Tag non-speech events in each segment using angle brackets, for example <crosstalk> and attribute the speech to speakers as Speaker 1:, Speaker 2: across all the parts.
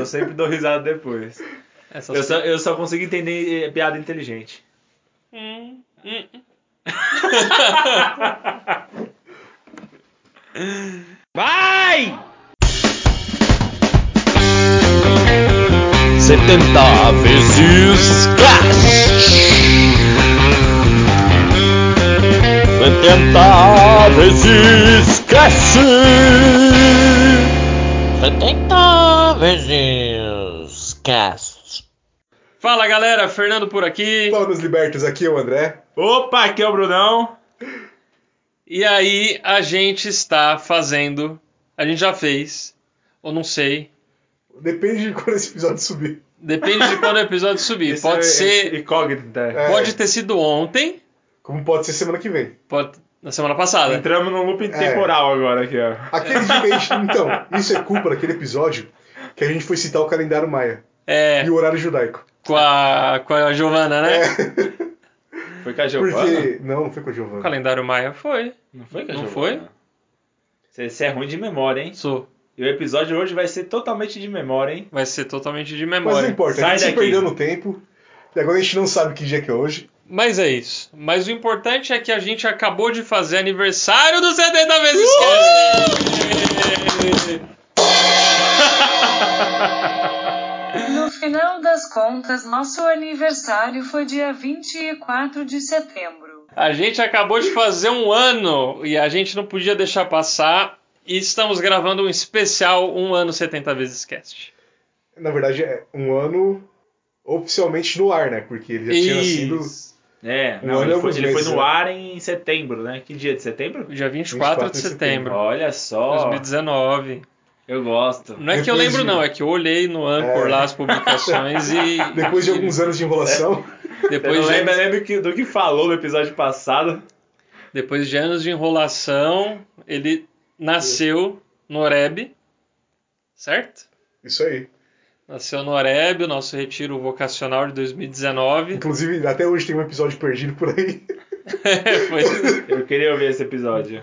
Speaker 1: Eu sempre dou risada depois.
Speaker 2: Essas
Speaker 1: Eu É só, eu só consigo entender eh, piada inteligente.
Speaker 3: Hum, hum.
Speaker 2: Vai!
Speaker 4: 70 vezes Clash. 70 vezes Clash. 70 vezes Clash.
Speaker 2: Fala galera, Fernando por aqui.
Speaker 5: Paulo nos Libertos aqui, é o André.
Speaker 1: Opa, aqui é o Brunão.
Speaker 2: E aí a gente está fazendo, a gente já fez, ou não sei,
Speaker 5: Depende de quando esse episódio subir.
Speaker 2: depende de quando o episódio subir.
Speaker 1: Esse
Speaker 2: pode
Speaker 1: é-
Speaker 2: ser,
Speaker 1: esse Incógnito, né?
Speaker 5: É.
Speaker 2: pode ter sido ontem,
Speaker 5: Como pode ser semana que vem.
Speaker 2: pode na semana passada.
Speaker 1: Entramos num looping temporal agora aqui, ó.
Speaker 5: Aquele dia que
Speaker 2: <laughs>
Speaker 5: a gente. Então, isso é culpa daquele episódio que a gente foi citar o calendário maia
Speaker 2: É,
Speaker 5: e o horário judaico.
Speaker 2: com a com a Giovana, né?
Speaker 1: Foi com a Giovana?
Speaker 5: Porque. Não, não foi com a Giovana.
Speaker 2: O calendário Maia foi.
Speaker 1: Não foi com a
Speaker 2: Não
Speaker 1: Giovana? Você, você é ruim de memória, hein?
Speaker 2: Sou.
Speaker 1: E o episódio hoje vai ser totalmente de memória, hein?
Speaker 2: Vai ser totalmente de
Speaker 5: Mas
Speaker 2: memória.
Speaker 5: não importa,
Speaker 1: Sai
Speaker 5: a gente
Speaker 1: daqui.
Speaker 5: se perdeu no tempo. E agora a gente não sabe que dia que é hoje.
Speaker 2: Mas é isso. Mas o importante é que a gente acabou de fazer aniversário do 70 vezes Cast.
Speaker 3: No final das contas, nosso aniversário foi dia 24 de setembro.
Speaker 2: A gente acabou de fazer um ano e a gente não podia deixar passar. E estamos gravando um especial Um Ano 70 Vezes Cast.
Speaker 5: Na verdade, é um ano oficialmente no ar, né? Porque ele já tinha nascido.
Speaker 2: Isso.
Speaker 1: É,
Speaker 5: Um
Speaker 1: não,
Speaker 5: ano e
Speaker 1: ele, foi,
Speaker 5: alguns
Speaker 1: ele foi
Speaker 5: meses,
Speaker 1: no
Speaker 5: né?
Speaker 1: ar em setembro, né? Que dia de setembro?
Speaker 2: Dia 24,
Speaker 5: 24
Speaker 2: de
Speaker 5: de
Speaker 2: setembro.
Speaker 1: Olha só,
Speaker 2: 2019.
Speaker 1: eu gosto.
Speaker 2: Não é que eu
Speaker 5: Depois
Speaker 2: lembro,
Speaker 5: de-
Speaker 2: não, é que eu olhei no Anchor
Speaker 5: É.
Speaker 2: lá as publicações e.
Speaker 5: <laughs> Depois de
Speaker 2: e
Speaker 5: alguns anos de enrolação,
Speaker 2: É.
Speaker 1: Depois
Speaker 2: depois
Speaker 1: eu não
Speaker 2: de-
Speaker 1: lembro,
Speaker 5: né?
Speaker 1: lembro que- do que falou no episódio passado.
Speaker 2: Depois de anos de enrolação, ele nasceu no Oreb, certo?
Speaker 5: isso aí.
Speaker 2: Nasceu no Oreb, o nosso retiro vocacional de 2019.
Speaker 5: Inclusive, até hoje tem um episódio perdido por aí.
Speaker 2: <laughs> Foi-
Speaker 1: Eu queria ouvir esse episódio.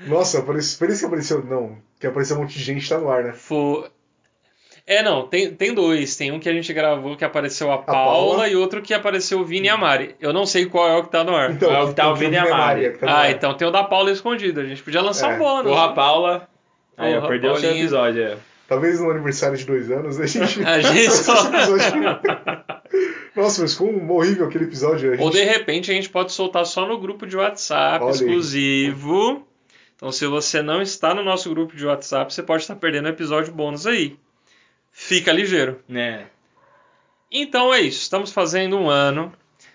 Speaker 5: Nossa, apareceu, feliz que apareceu. Não, que apareceu um monte de gente, tá no ar, né?
Speaker 2: foi- É, não, tem, tem dois. Tem um que a gente gravou que apareceu a, Paula,
Speaker 5: Paula.
Speaker 2: e outro que apareceu o Vini e a Mari. Eu não sei qual é o que tá no ar.
Speaker 5: Então,
Speaker 1: É o que tá
Speaker 5: então,
Speaker 1: ouvindo
Speaker 5: tem
Speaker 1: é a
Speaker 5: Vini
Speaker 1: Mari.
Speaker 5: Maria, que tá no
Speaker 2: ah,
Speaker 5: ar.
Speaker 2: então tem o da Paula escondido. A gente podia lançar
Speaker 5: É.
Speaker 2: um bônus.
Speaker 1: Porra, Paula. Aí, ó,
Speaker 2: Porra,
Speaker 1: perdeu o seu
Speaker 2: Paulinha.
Speaker 1: episódio. é.
Speaker 5: Talvez no aniversário de dois anos a
Speaker 1: <laughs>
Speaker 5: gente. <laughs>
Speaker 2: A gente só-
Speaker 5: Nossa, mas ficou um horrível aquele episódio. A
Speaker 2: Ou de
Speaker 5: gente...
Speaker 2: repente a gente pode soltar só no grupo de WhatsApp
Speaker 5: Olha aí.
Speaker 2: exclusivo. Então, se você não está no nosso grupo de WhatsApp, você pode estar perdendo um episódio bônus aí. Fica ligeiro.
Speaker 1: Né?
Speaker 2: Então é isso. Estamos fazendo um ano.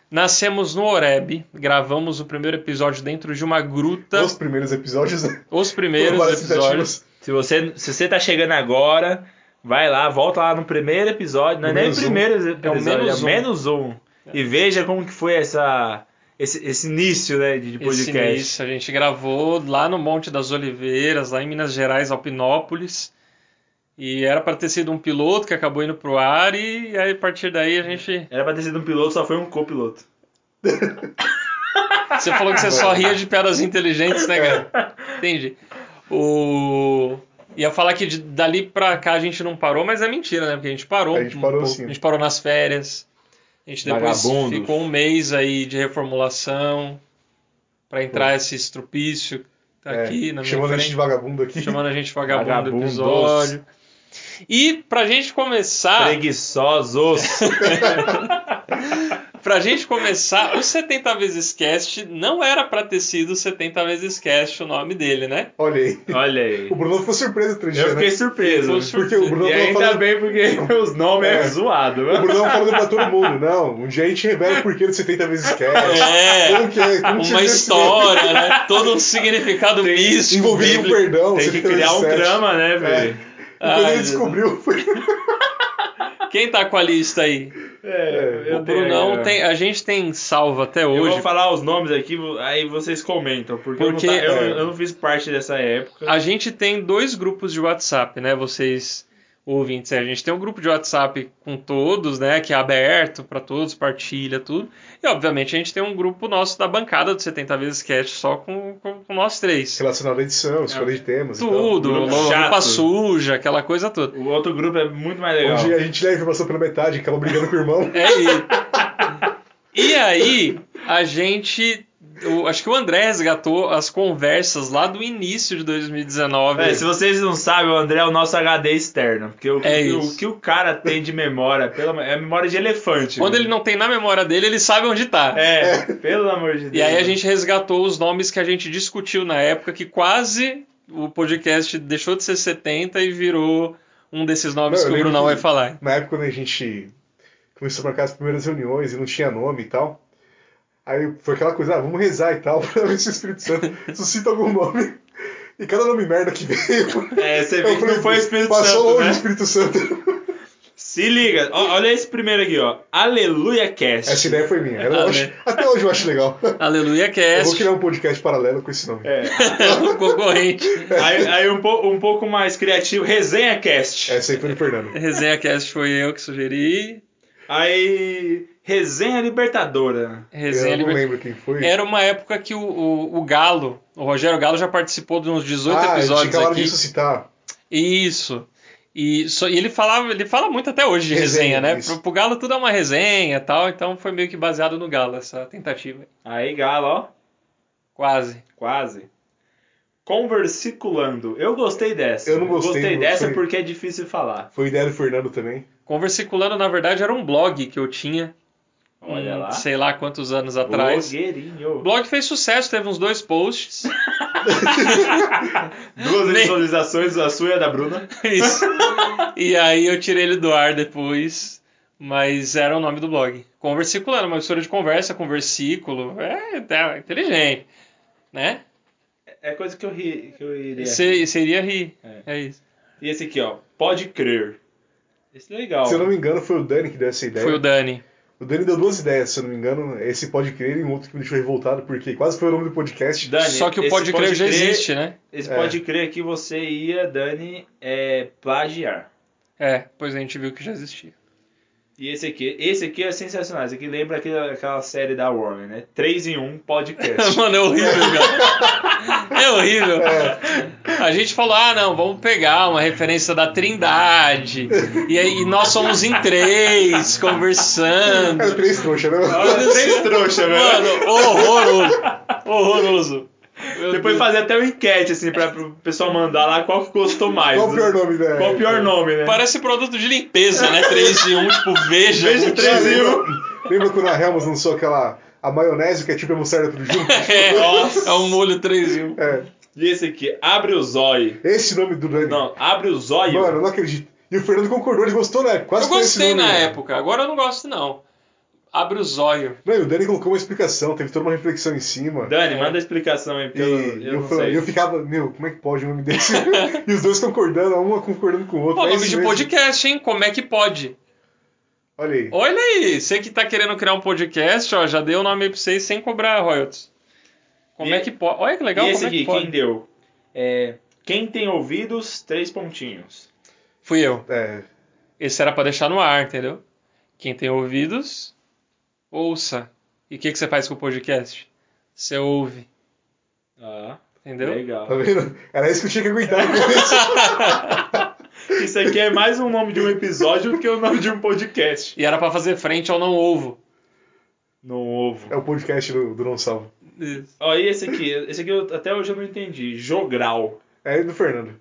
Speaker 2: Nascemos no Oreb. Gravamos o primeiro episódio dentro de uma gruta.
Speaker 5: Os primeiros episódios. né?
Speaker 2: Os
Speaker 5: Foram
Speaker 2: primeiros
Speaker 5: várias
Speaker 2: episódios.
Speaker 5: tentativas.
Speaker 1: Se você, se você tá chegando agora, vai lá, volta lá no primeiro episódio. Não é
Speaker 5: No
Speaker 1: nem o
Speaker 5: menos um.
Speaker 1: primeiro episódio, é o menos,
Speaker 2: menos
Speaker 1: um.
Speaker 2: um.
Speaker 1: E veja como que foi essa, esse, esse início né, de de
Speaker 2: Esse
Speaker 1: podcast.
Speaker 2: início, a gente gravou lá no Monte das Oliveiras, lá em Minas Gerais, Alpinópolis. E era para ter sido um piloto que acabou indo pro ar e aí, a partir daí a gente
Speaker 1: Era pra ter sido um piloto, só foi um copiloto.
Speaker 2: Você falou que você só ria de piadas inteligentes, né, cara? Entendi. O... Ia falar que de- dali pra cá a gente não parou, mas é mentira, né? Porque a gente parou.
Speaker 5: A gente parou,
Speaker 2: pouco.
Speaker 5: sim.
Speaker 2: A gente parou nas férias. A gente depois
Speaker 1: Vagabundos.
Speaker 2: ficou um mês aí de reformulação pra entrar esse estrupício que tá
Speaker 5: É,
Speaker 2: aqui na minha
Speaker 5: chamando a
Speaker 2: frente.
Speaker 5: gente de vagabundo aqui.
Speaker 2: Chamando a gente vagabundo,
Speaker 1: Vagabundos.
Speaker 2: do episódio. E pra gente começar...
Speaker 1: Preguiçosos.
Speaker 2: Pra gente começar, o 70 vezes cast não era pra ter sido 70 vezes cast o nome dele, né?
Speaker 5: Olha aí.
Speaker 1: Olha aí.
Speaker 5: O Bruno ficou surpreso outro dia,
Speaker 1: Eu fiquei
Speaker 5: né?
Speaker 1: surpreso.
Speaker 2: Ficou sur-
Speaker 5: Porque o Bruno
Speaker 1: E
Speaker 5: tava
Speaker 1: ainda
Speaker 5: falando.
Speaker 1: bem porque os nomes é,
Speaker 5: É.
Speaker 1: zoado,
Speaker 5: O
Speaker 1: mano.
Speaker 5: Bruno tava falando pra todo mundo. Não, um dia a gente revela o porquê do
Speaker 1: <laughs>
Speaker 5: 70 vezes cast.
Speaker 2: É.
Speaker 5: Como que é? Como que
Speaker 2: Uma
Speaker 5: surgiu esse
Speaker 2: história, né? Todo um significado místico.
Speaker 5: Envolvido com
Speaker 2: bíblico.
Speaker 5: perdão.
Speaker 1: Tem que
Speaker 5: 70
Speaker 1: criar um
Speaker 5: vezes sete.
Speaker 1: drama, né, velho?
Speaker 5: E Quando
Speaker 2: Ai,
Speaker 5: ele descobriu, foi.
Speaker 2: Quem tá com a lista aí?
Speaker 1: É,
Speaker 2: O Brunão tem. A gente tem salvo até
Speaker 1: Eu
Speaker 2: hoje.
Speaker 1: vou falar os nomes aqui, vo- aí vocês comentam, porque, eu não
Speaker 2: Porque-
Speaker 1: tá- eu,
Speaker 5: é.
Speaker 1: eu não fiz parte dessa época.
Speaker 2: A gente tem dois grupos de WhatsApp, né? Vocês. ouvintes. A gente tem um grupo de WhatsApp com todos, né? Que é aberto para todos, partilha tudo. E, obviamente, a gente tem um grupo nosso da bancada do 70 Vezes Cast só com, com, com nós três.
Speaker 5: Relacionado à edição,
Speaker 1: É,
Speaker 5: escolha de temas. e tal.
Speaker 2: Tudo,
Speaker 1: grupo
Speaker 2: roupa
Speaker 1: chato.
Speaker 2: suja, aquela coisa toda.
Speaker 1: O outro grupo é muito mais legal.
Speaker 5: Onde a gente leva a informação pela metade, acaba brigando com o irmão.
Speaker 2: É aí. E aí, a gente. o- acho que o André resgatou as conversas lá do início de 2019.
Speaker 1: É, se vocês não sabem, o André é o nosso HD externo. Porque o,
Speaker 2: É
Speaker 1: o
Speaker 2: isso.
Speaker 1: que o cara tem de memória, pelo, am- é memória de elefante.
Speaker 2: Quando ele não tem na memória dele, ele sabe onde tá.
Speaker 1: É, pelo amor de Deus.
Speaker 2: E aí a gente resgatou os nomes que a gente discutiu na época, que quase o podcast deixou de ser 70 e virou um desses nomes
Speaker 5: Não, eu
Speaker 2: que o
Speaker 5: lembro
Speaker 2: Brunão
Speaker 5: que-
Speaker 2: vai falar.
Speaker 5: Na época, quando a gente começou a marcar as primeiras reuniões e não tinha nome e tal. Aí foi aquela coisa, ah, vamos rezar e tal, <laughs> pra ver se o Espírito Santo suscita algum nome. E cada nome merda que veio.
Speaker 1: É, você vê que não foi o Espírito
Speaker 5: Passou
Speaker 1: Santo,
Speaker 5: longe
Speaker 1: né?
Speaker 5: o Espírito Santo.
Speaker 1: Se liga, ó, olha esse primeiro aqui, ó. Aleluia Cast.
Speaker 5: Essa ideia foi minha. Ela-
Speaker 2: Ah,
Speaker 5: eu acho-
Speaker 2: né?
Speaker 5: até hoje eu acho legal.
Speaker 2: Aleluia
Speaker 5: Eu vou um
Speaker 2: Cast,
Speaker 5: criar um podcast paralelo com esse nome.
Speaker 1: É.
Speaker 2: <laughs> o concorrente.
Speaker 1: Aí, aí um, po- um pouco mais criativo, Resenha Cast.
Speaker 5: Essa aí foi do Fernando.
Speaker 2: Resenha Cast foi eu que sugeri.
Speaker 1: Aí, Resenha Libertadora.
Speaker 2: Resenha
Speaker 5: eu não
Speaker 2: Liber-
Speaker 5: lembro quem foi.
Speaker 1: É,
Speaker 2: Era uma época que o, o, o Galo, o Rogério Galo já participou de uns 18
Speaker 5: ah, a gente
Speaker 2: episódios
Speaker 5: acabou de
Speaker 2: aqui.
Speaker 5: ressuscitar.
Speaker 2: Isso. E, só- e ele falava, ele fala muito até hoje de resenha,
Speaker 5: Resenha,
Speaker 2: né?
Speaker 5: isso.
Speaker 2: Pro, pro Galo tudo é uma resenha e tal, então foi meio que baseado no Galo essa tentativa.
Speaker 1: Aí, Galo, ó.
Speaker 2: Quase.
Speaker 1: Quase. Conversiculando. Eu gostei dessa.
Speaker 5: Eu não gostei, não
Speaker 1: dessa
Speaker 5: gostei.
Speaker 1: porque é difícil falar.
Speaker 5: Foi ideia do Fernando também.
Speaker 2: Conversiculando, na verdade, era um blog que eu tinha,
Speaker 1: Olha
Speaker 2: hum,
Speaker 1: lá.
Speaker 2: sei lá quantos anos atrás. O
Speaker 1: Blogueirinho.
Speaker 2: blog fez sucesso, teve uns dois posts.
Speaker 1: Duas
Speaker 2: Nem-
Speaker 1: visualizações, a sua e a da Bruna. <laughs>
Speaker 2: Isso. e aí eu tirei ele do ar depois, mas era o nome do blog. Conversiculando, uma mistura de conversa com versículo. É, tá, inteligente, né?
Speaker 1: É coisa que eu, ri, que eu iria.
Speaker 2: Se- seria rir.
Speaker 1: É.
Speaker 2: É isso.
Speaker 1: E esse aqui, ó. Pode crer. Esse é legal.
Speaker 5: Se eu não me engano, foi o Dani que deu essa ideia.
Speaker 2: Foi o Dani.
Speaker 5: O Dani deu duas ideias, se eu não me engano. Esse pode crer e um outro que me deixou revoltado, porque quase foi o nome do podcast.
Speaker 1: Dani,
Speaker 2: Só que o
Speaker 1: esse
Speaker 2: Pode Crer já existe, né?
Speaker 1: Esse
Speaker 5: É.
Speaker 1: pode crer que você ia, Dani, é, plagiar.
Speaker 2: É, pois a gente viu que já existia.
Speaker 1: E esse aqui, esse aqui é sensacional. Esse aqui lembra aquela, aquela série da Warner, né? 3 em 1
Speaker 2: <laughs>
Speaker 1: podcast.
Speaker 2: Mano, é horrível, cara. É horrível. A gente falou, ah, não, vamos pegar uma referência da Trindade. E aí e nós somos em três, conversando.
Speaker 5: Era três trouxas, né?
Speaker 1: Três é trouxa, velho.
Speaker 2: Mano, horroroso. Horroroso. Meu
Speaker 1: Depois
Speaker 2: Deus.
Speaker 1: fazer até uma enquete, assim, pra o pessoal mandar lá qual que gostou mais.
Speaker 5: Qual o pior nome, né?
Speaker 1: Qual o pior nome, né?
Speaker 2: Parece produto de limpeza, né? 3 em 1, tipo, veja.
Speaker 1: Veja
Speaker 2: muito-
Speaker 1: três em um.
Speaker 5: Lembra, lembra quando a Helms lançou aquela. A maionese que é tipo a mostarda tudo junto?
Speaker 2: É,
Speaker 1: Nossa.
Speaker 2: é um molho 3 em 1.
Speaker 5: É.
Speaker 1: E esse aqui, abre o zóio.
Speaker 5: Esse nome do Dani.
Speaker 1: Não, abre o zóio.
Speaker 5: Mano, eu não acredito. E o Fernando concordou, ele gostou na época. Quase
Speaker 2: Eu
Speaker 5: foi esse
Speaker 2: gostei
Speaker 5: nome,
Speaker 2: na
Speaker 5: né?
Speaker 2: época, agora eu não gosto, não. Abre o zóio.
Speaker 5: Não, e o Dani colocou uma explicação, teve toda uma reflexão em cima.
Speaker 1: Dani, manda a explicação aí, porque
Speaker 5: E
Speaker 1: eu,
Speaker 5: eu,
Speaker 1: eu não
Speaker 5: falei-
Speaker 1: sei.
Speaker 5: eu ficava, meu, como é que pode um nome desse? <laughs> e os dois concordando, uma concordando com o outro.
Speaker 2: Pô,
Speaker 5: é
Speaker 2: nome
Speaker 5: isso
Speaker 2: de
Speaker 5: mesmo.
Speaker 2: podcast, hein? Como é que pode?
Speaker 5: Olha aí.
Speaker 2: Olha aí, você que tá querendo criar um podcast, ó, já dei o nome aí pra vocês sem cobrar royalties. Como
Speaker 1: E-
Speaker 2: é que pode? Olha que legal,
Speaker 1: e
Speaker 2: como
Speaker 1: esse
Speaker 2: é que
Speaker 1: aqui,
Speaker 2: pode?
Speaker 1: quem deu? É, quem tem ouvidos, três pontinhos.
Speaker 2: Fui eu.
Speaker 5: É,
Speaker 2: Esse era pra deixar no ar, entendeu? Quem tem ouvidos, ouça. E o que, que você faz com o podcast? Você ouve,
Speaker 1: Ah,
Speaker 2: entendeu?
Speaker 1: legal.
Speaker 5: tá vendo? Era isso que eu tinha que aguentar. <laughs>
Speaker 1: Isso aqui é mais um nome de um episódio do que o nome de um podcast.
Speaker 2: E era pra fazer frente ao não ovo.
Speaker 1: Não ovo.
Speaker 5: é o podcast do, do Não Salvo.
Speaker 2: Isso.
Speaker 1: Ó, e esse aqui? Esse aqui eu, até hoje eu não entendi. Jogral.
Speaker 5: É aí do Fernando.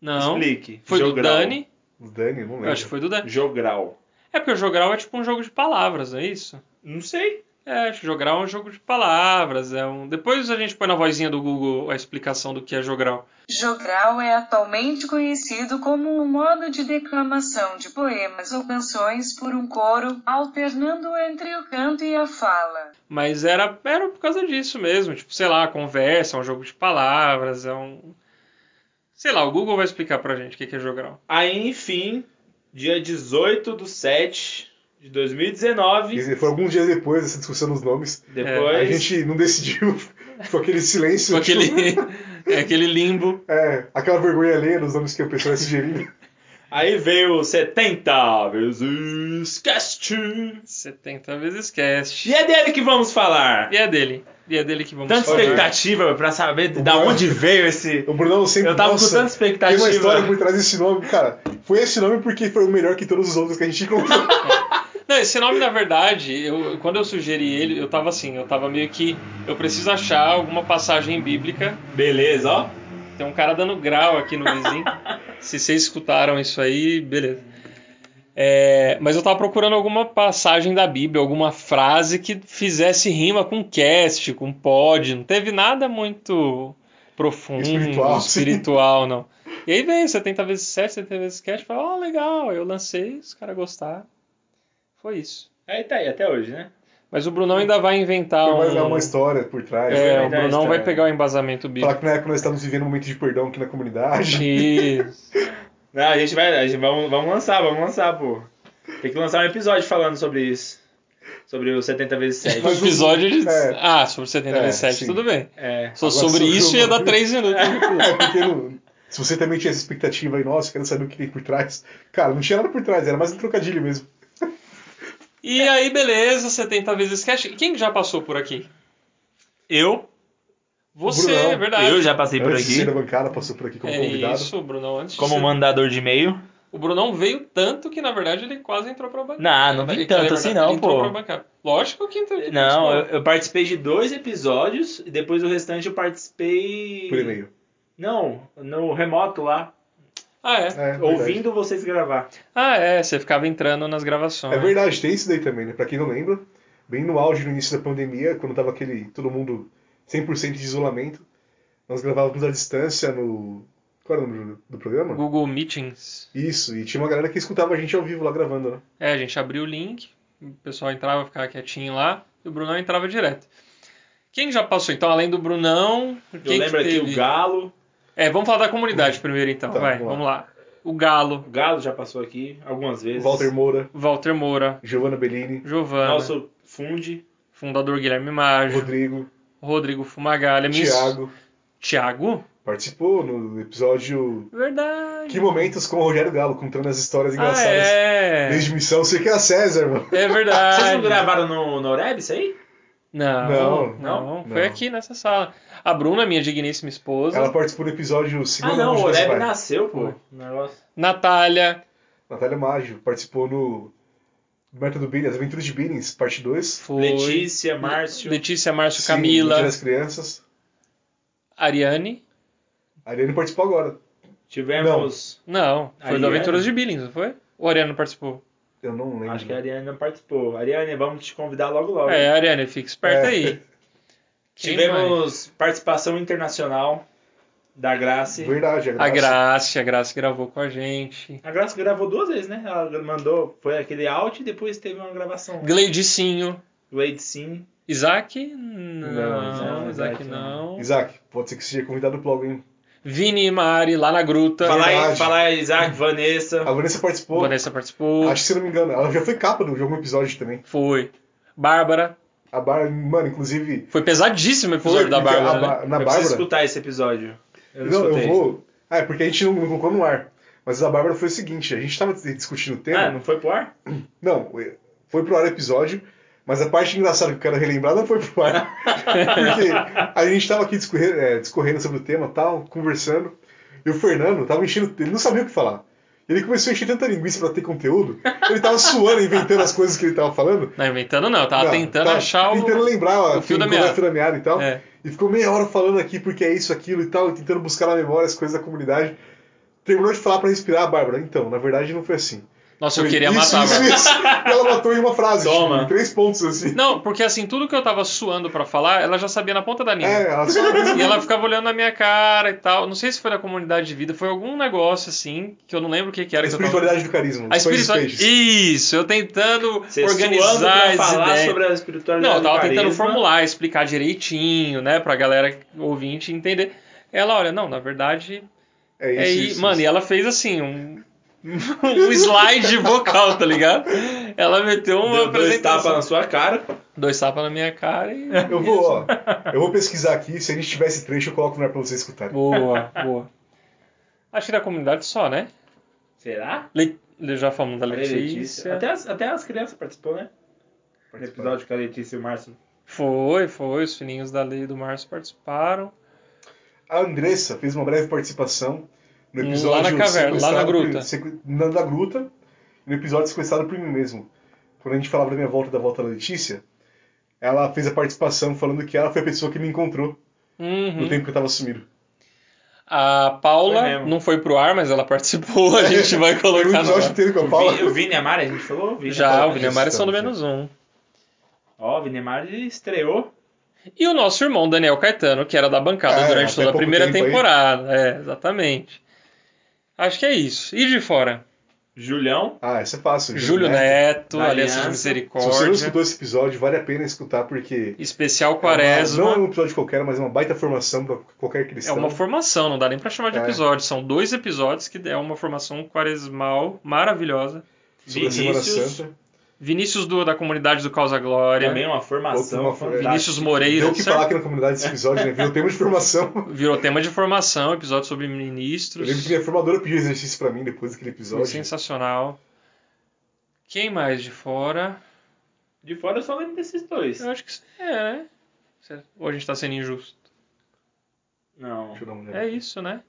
Speaker 2: Não.
Speaker 1: Explique.
Speaker 2: Foi do
Speaker 1: Jogral. né?
Speaker 2: Dani.
Speaker 5: Do Dani, não lembro.
Speaker 2: Eu acho que foi do Dani.
Speaker 1: Jogral.
Speaker 2: É porque o jogral é tipo um jogo de palavras, não é isso?
Speaker 1: Não sei.
Speaker 2: É, acho que jogral é um jogo de palavras, é um. Depois a gente põe na vozinha do Google a explicação do que é jogral.
Speaker 3: Jogral é atualmente conhecido como um modo de declamação de poemas ou canções por um coro, alternando entre o canto e a fala.
Speaker 2: Mas era, era por causa disso mesmo, tipo, sei lá, conversa, é um jogo de palavras, é um. Sei lá, o Google vai explicar pra gente o que que é jogral.
Speaker 1: Aí, enfim, dia 18 do 7 de 2019.
Speaker 5: Quer dizer, Foi alguns dias depois dessa discussão dos nomes.
Speaker 1: Depois.
Speaker 5: A gente não decidiu. <laughs> Ficou aquele silêncio.
Speaker 2: Tipo aquele, é aquele limbo.
Speaker 5: É, aquela vergonha alheia dos nomes que o pessoal ia sugerindo.
Speaker 1: Aí veio 70 vezes cast.
Speaker 2: 70 vezes cast.
Speaker 1: E é dele que vamos falar.
Speaker 2: E é dele. E é dele que tá- vamos
Speaker 1: Tanta
Speaker 2: falar.
Speaker 1: expectativa pra saber da onde veio esse.
Speaker 5: O Brunão sempre.
Speaker 1: Eu tava com
Speaker 5: nossa,
Speaker 1: tanta expectativa.
Speaker 5: Tem uma história por trás desse nome, cara. Foi esse nome porque foi o melhor que todos os outros que a gente encontrou.
Speaker 2: Não, esse nome, na verdade, eu, quando eu sugeri ele, eu tava assim, eu tava meio que. Eu preciso achar alguma passagem bíblica.
Speaker 1: Beleza, ó.
Speaker 2: Tem um cara dando grau aqui no vizinho. Se vocês escutaram isso aí, beleza. É, mas eu tava procurando alguma passagem da Bíblia, alguma frase que fizesse rima com cast, com pod. Não teve nada muito profundo,
Speaker 5: Espiritual, sim.
Speaker 2: espiritual, não. E aí veio 70 vezes 7, 70 vezes cast, e falou, ó, legal, eu lancei, os caras gostaram. Foi isso.
Speaker 1: Aí tá aí, até hoje, né?
Speaker 2: Mas o Brunão ainda vai inventar
Speaker 5: Mas é
Speaker 2: um...
Speaker 5: uma história por trás.
Speaker 2: É, o
Speaker 1: inventar a
Speaker 2: Brunão
Speaker 1: história.
Speaker 2: vai pegar o embasamento bíblico.
Speaker 5: Falar que na época nós estávamos vivendo um momento de perdão aqui na comunidade.
Speaker 2: Isso.
Speaker 1: Não, a gente vai. A gente, vamos, vamos lançar, vamos lançar, pô. Tem que lançar um episódio falando sobre isso. Sobre o 70 vezes 7. <laughs>
Speaker 2: O episódio de...
Speaker 5: É.
Speaker 2: Ah, sobre 70
Speaker 5: É,
Speaker 2: vezes 7,
Speaker 5: sim.
Speaker 2: tudo bem.
Speaker 1: É.
Speaker 2: Só
Speaker 5: Agora,
Speaker 2: sobre
Speaker 5: sobre
Speaker 2: isso
Speaker 5: o
Speaker 2: ia dar
Speaker 5: nome.
Speaker 2: 3 minutos.
Speaker 5: É, <laughs> porque não- se você também tinha essa expectativa aí, nossa, quero saber o que tem por trás. Cara, não tinha nada por trás, era mais um trocadilho mesmo.
Speaker 2: E aí, beleza, 70 vezes cash. Quem já passou por aqui? Eu. Você,
Speaker 5: Brunão.
Speaker 2: é verdade.
Speaker 1: Eu já passei por
Speaker 5: Antes de ser da
Speaker 1: aqui.
Speaker 5: bancada, passou por aqui como
Speaker 2: É
Speaker 5: convidado.
Speaker 2: isso, Brunão. Antes de
Speaker 1: Como
Speaker 2: ser-
Speaker 1: mandador de e-mail.
Speaker 2: O Brunão veio tanto que, na verdade, ele quase entrou pra bancada.
Speaker 1: Não, não vem
Speaker 2: Ele-
Speaker 1: tanto
Speaker 2: ele-
Speaker 1: assim
Speaker 2: ele
Speaker 1: não,
Speaker 2: entrou
Speaker 1: pô.
Speaker 2: pra bancada. Lógico que entrou.
Speaker 1: Não, eu, eu participei de dois episódios e depois o restante eu participei.
Speaker 5: Por e-mail.
Speaker 1: Não, no remoto lá,
Speaker 2: Ah, é.
Speaker 5: É, verdade.
Speaker 1: ouvindo vocês gravar.
Speaker 2: Ah, é. Você ficava entrando nas gravações.
Speaker 5: É verdade, tem isso daí também, né? Pra quem não lembra, bem no auge, no início da pandemia, quando tava aquele todo mundo 100% de isolamento, nós gravávamos à distância no. Qual era o nome do- do
Speaker 1: Hum.
Speaker 5: programa?
Speaker 2: Google Meetings.
Speaker 5: Isso, e tinha uma galera que escutava a gente ao vivo lá gravando, né?
Speaker 2: É, a gente abriu o link, o pessoal entrava, ficava quietinho lá, e o Brunão entrava direto. Quem já passou, então, além do Brunão?
Speaker 1: Eu
Speaker 2: quem
Speaker 1: lembro
Speaker 2: que
Speaker 1: aqui
Speaker 2: teve?
Speaker 1: o Galo.
Speaker 2: É, vamos falar da comunidade primeiro, então.
Speaker 5: Tá,
Speaker 2: Vai,
Speaker 5: vamos lá.
Speaker 2: vamos lá. O Galo,
Speaker 1: O Galo já passou aqui algumas vezes.
Speaker 5: Walter Moura, né?
Speaker 2: Walter Moura,
Speaker 5: Giovanna Bellini,
Speaker 2: Giovana,
Speaker 1: Nosso Fundi.
Speaker 2: fundador Guilherme Maggio, Rodrigo,
Speaker 5: Rodrigo,
Speaker 2: Fumagalha, Miss-
Speaker 5: Thiago.
Speaker 2: Thiago?
Speaker 5: Participou no episódio
Speaker 2: Verdade.
Speaker 5: Que Momentos com o Rogério Galo, contando as histórias
Speaker 2: ah,
Speaker 5: engraçadas
Speaker 2: é.
Speaker 5: desde missão. Sei que é a César, mano.
Speaker 2: É
Speaker 1: Vocês não
Speaker 2: verdade.
Speaker 1: gravaram no, no Oreb isso aí?
Speaker 2: Não,
Speaker 5: Não,
Speaker 2: não,
Speaker 5: não.
Speaker 2: foi aqui nessa sala. A Bruna, minha digníssima esposa,
Speaker 5: Ela participou do episódio
Speaker 1: Ah,
Speaker 5: Segunda
Speaker 1: não, o
Speaker 5: Mão de
Speaker 2: é
Speaker 5: Nosso
Speaker 1: Oreb
Speaker 5: Pai.
Speaker 1: nasceu, pô. Negócio.
Speaker 2: Natália,
Speaker 5: Natália Maggio participou no Método Billings, As Aventuras de Billings, parte 2.
Speaker 2: foi...
Speaker 1: Letícia, Márcio.
Speaker 2: Letícia, Márcio,
Speaker 5: Sim,
Speaker 2: Camila,
Speaker 5: Dia das Crianças.
Speaker 2: Ariane.
Speaker 5: A Ariane participou agora.
Speaker 1: Tivemos.
Speaker 2: Não, foi do
Speaker 1: Ariane?
Speaker 2: Aventuras de Billings, não foi? O Ariane participou.
Speaker 5: Eu não lembro.
Speaker 1: Acho que a Ariane não participou. Ariane, vamos te convidar logo logo.
Speaker 2: É, Ariane, fica esperta
Speaker 5: É. <laughs>
Speaker 2: aí. Quem mais?
Speaker 1: Tivemos participação internacional da Grace.
Speaker 5: Verdade, a
Speaker 2: A
Speaker 5: Graça.
Speaker 2: Graça, a Graça gravou com a gente.
Speaker 1: A Graça gravou duas vezes, né? Ela mandou, foi aquele out e depois teve uma gravação.
Speaker 2: Gleidicinho.
Speaker 1: Glade Sim.
Speaker 2: Isaac? Não,
Speaker 5: Não,
Speaker 2: Isaac
Speaker 1: Isaac
Speaker 2: não.
Speaker 5: Isaac, pode ser que seja convidado pro alguém.
Speaker 2: Vini e Mari, lá na gruta.
Speaker 1: Falar em,
Speaker 5: Verdade.
Speaker 1: falar em Isaac, Vanessa.
Speaker 5: A Vanessa participou.
Speaker 2: Vanessa participou.
Speaker 5: Acho que se eu não me engano, ela já foi capa do- de algum episódio também.
Speaker 2: Foi. Bárbara.
Speaker 5: A Bar, mano, inclusive.
Speaker 2: Foi pesadíssimo o episódio
Speaker 5: Foi,
Speaker 2: da
Speaker 5: porque a
Speaker 2: Bárbara. né?
Speaker 5: Ba- na
Speaker 1: eu preciso
Speaker 5: Bárbara.
Speaker 1: escutar esse episódio. Eu
Speaker 5: Não, eu
Speaker 1: escutei.
Speaker 5: vou. Ah, é porque a gente não, não colocou no ar. Mas a Bárbara foi o seguinte: a gente tava discutindo o tema.
Speaker 2: É.
Speaker 1: Ah, não foi pro ar?
Speaker 5: Não, é, foi pro ar o episódio, mas a parte engraçada que eu quero relembrar não foi
Speaker 2: <laughs>
Speaker 5: pro ar. Porque a gente tava aqui discorre- é, discorrendo, sobre o tema tal, conversando, e o Fernando tava enchendo. Ele não sabia o que falar. Ele começou a encher tanta linguiça pra ter conteúdo, ele tava suando, inventando as coisas que ele tava falando.
Speaker 2: Não, inventando não, eu tava
Speaker 5: Não,
Speaker 2: tentando
Speaker 5: tava
Speaker 2: achar o.
Speaker 5: Tentando lembrar ó,
Speaker 2: o fio
Speaker 5: quem-
Speaker 2: da
Speaker 5: qual é o
Speaker 2: meada.
Speaker 5: fio da meada e tal.
Speaker 2: É.
Speaker 5: E ficou meia hora falando aqui porque é isso, aquilo e tal, e tentando buscar na memória as coisas da comunidade. Terminou de falar pra respirar, a Bárbara. Então, na verdade não foi assim.
Speaker 2: Nossa, eu
Speaker 5: Foi
Speaker 2: queria
Speaker 5: isso,
Speaker 2: matar a
Speaker 5: isso,
Speaker 2: Bárbara.
Speaker 5: isso. E Ela matou em uma frase.
Speaker 1: Toma.
Speaker 5: tipo, em três pontos, assim.
Speaker 2: Não, porque assim, tudo que eu tava suando pra falar, ela já sabia na ponta da língua.
Speaker 5: É, ela só
Speaker 2: E ela ficava olhando na minha cara e tal. Não sei se foi na comunidade de vida, foi algum negócio assim, que eu não lembro o que, que
Speaker 5: A
Speaker 2: era que eu tava.
Speaker 5: espiritualidade do carisma.
Speaker 2: A
Speaker 5: os pães e
Speaker 2: espiritualidade.
Speaker 5: peixes.
Speaker 2: Isso, eu tentando
Speaker 1: Você suando
Speaker 2: organizar
Speaker 1: pra
Speaker 2: as
Speaker 1: falar
Speaker 2: ideias.
Speaker 1: sobre a
Speaker 2: Não,
Speaker 1: espiritualidade
Speaker 2: eu tava
Speaker 1: do
Speaker 2: tentando
Speaker 1: carisma.
Speaker 2: formular, explicar direitinho, né, pra galera ouvinte entender. Ela, olha, não, na verdade.
Speaker 5: É isso.
Speaker 2: é i-
Speaker 5: isso,
Speaker 2: Mano, e
Speaker 5: isso.
Speaker 2: ela fez assim, um. <laughs> um slide vocal, tá ligado? Ela meteu uma
Speaker 1: Deu dois tapas
Speaker 2: apresentação.
Speaker 1: na sua cara.
Speaker 2: Dois tapas na minha cara e.
Speaker 5: Eu vou,
Speaker 2: <laughs>
Speaker 5: ó. Eu vou pesquisar aqui. Se a gente tiver esse trecho, eu coloco no ar pra vocês escutarem.
Speaker 2: Boa, boa. Acho que da comunidade só, né?
Speaker 1: Será?
Speaker 2: Le... le- Já falamos da
Speaker 1: A
Speaker 2: Letícia.
Speaker 1: Até as, até as crianças participou, né? No episódio com a Letícia e o Márcio.
Speaker 2: Foi, foi. Os filhinhos da Lei e do Márcio participaram.
Speaker 5: A Andressa fez uma breve participação no
Speaker 2: Lá
Speaker 5: episódio
Speaker 2: na caverna, lá na
Speaker 5: sequestrado
Speaker 2: gruta.
Speaker 5: por- sequ- na, na gruta, no episódio sequestrado por mim mesmo. Quando a gente falava da minha volta da volta da Letícia, ela fez a participação falando que ela foi a pessoa que me encontrou no
Speaker 2: Uhum.
Speaker 5: tempo que eu tava sumido.
Speaker 2: A
Speaker 1: Foi
Speaker 2: Paula
Speaker 1: mesmo.
Speaker 2: não foi pro ar, mas ela participou. A gente vai
Speaker 5: Foi um
Speaker 2: colocar no
Speaker 5: episódio
Speaker 2: ar.
Speaker 5: inteiro com a Paula.
Speaker 1: Vi- O Vini e a Mari, a gente falou? O Vini
Speaker 2: Já,
Speaker 1: falou.
Speaker 2: o Vinemar são do
Speaker 5: Estamos,
Speaker 2: menos um.
Speaker 1: Ó, o Vini e a Mari estreou.
Speaker 2: um. E o nosso irmão Daniel Caetano, que era da bancada
Speaker 5: É,
Speaker 2: durante
Speaker 5: até
Speaker 2: toda a
Speaker 5: pouco
Speaker 2: primeira
Speaker 5: tempo aí.
Speaker 2: temporada. É, exatamente. Acho que é isso. E de fora?
Speaker 1: Julião.
Speaker 5: Ah, isso é fácil.
Speaker 2: Júlio
Speaker 5: né?
Speaker 2: Neto,
Speaker 1: Da
Speaker 2: Aliança
Speaker 1: Aliança.
Speaker 2: de
Speaker 5: Se você não
Speaker 2: Misericórdia,
Speaker 5: escutou esse episódio, vale a pena escutar, porque
Speaker 2: Especial
Speaker 5: é uma- não é
Speaker 2: Quaresma.
Speaker 5: um episódio qualquer, mas é uma baita formação para qualquer
Speaker 2: É
Speaker 5: cristão.
Speaker 2: uma formação, não dá nem pra chamar de
Speaker 5: Então, É.
Speaker 2: episódio. São dois episódios que é uma formação quaresmal maravilhosa.
Speaker 5: sobre a Semana
Speaker 1: Vinícius.
Speaker 5: Santa.
Speaker 2: Vinícius do, da comunidade do Causa Glória.
Speaker 1: Também uma formação.
Speaker 5: Outra forma.
Speaker 1: fantástica.
Speaker 2: Vinícius né? Moreira.
Speaker 5: É Deu o que falar aqui na comunidade desse episódio, né? Virou tema
Speaker 2: <laughs>
Speaker 5: de formação.
Speaker 2: Virou tema de formação, episódio sobre
Speaker 5: Eu lembro que
Speaker 2: ministros.
Speaker 5: minha formadora pediu exercício pra mim depois daquele
Speaker 2: Foi
Speaker 5: episódio.
Speaker 2: sensacional. Quem mais de fora?
Speaker 1: De fora eu só lembro desses dois.
Speaker 2: Eu acho que é, né? Ou a gente tá sendo injusto.
Speaker 1: Não.
Speaker 5: Deixa eu dar uma olhada.
Speaker 2: É isso, né?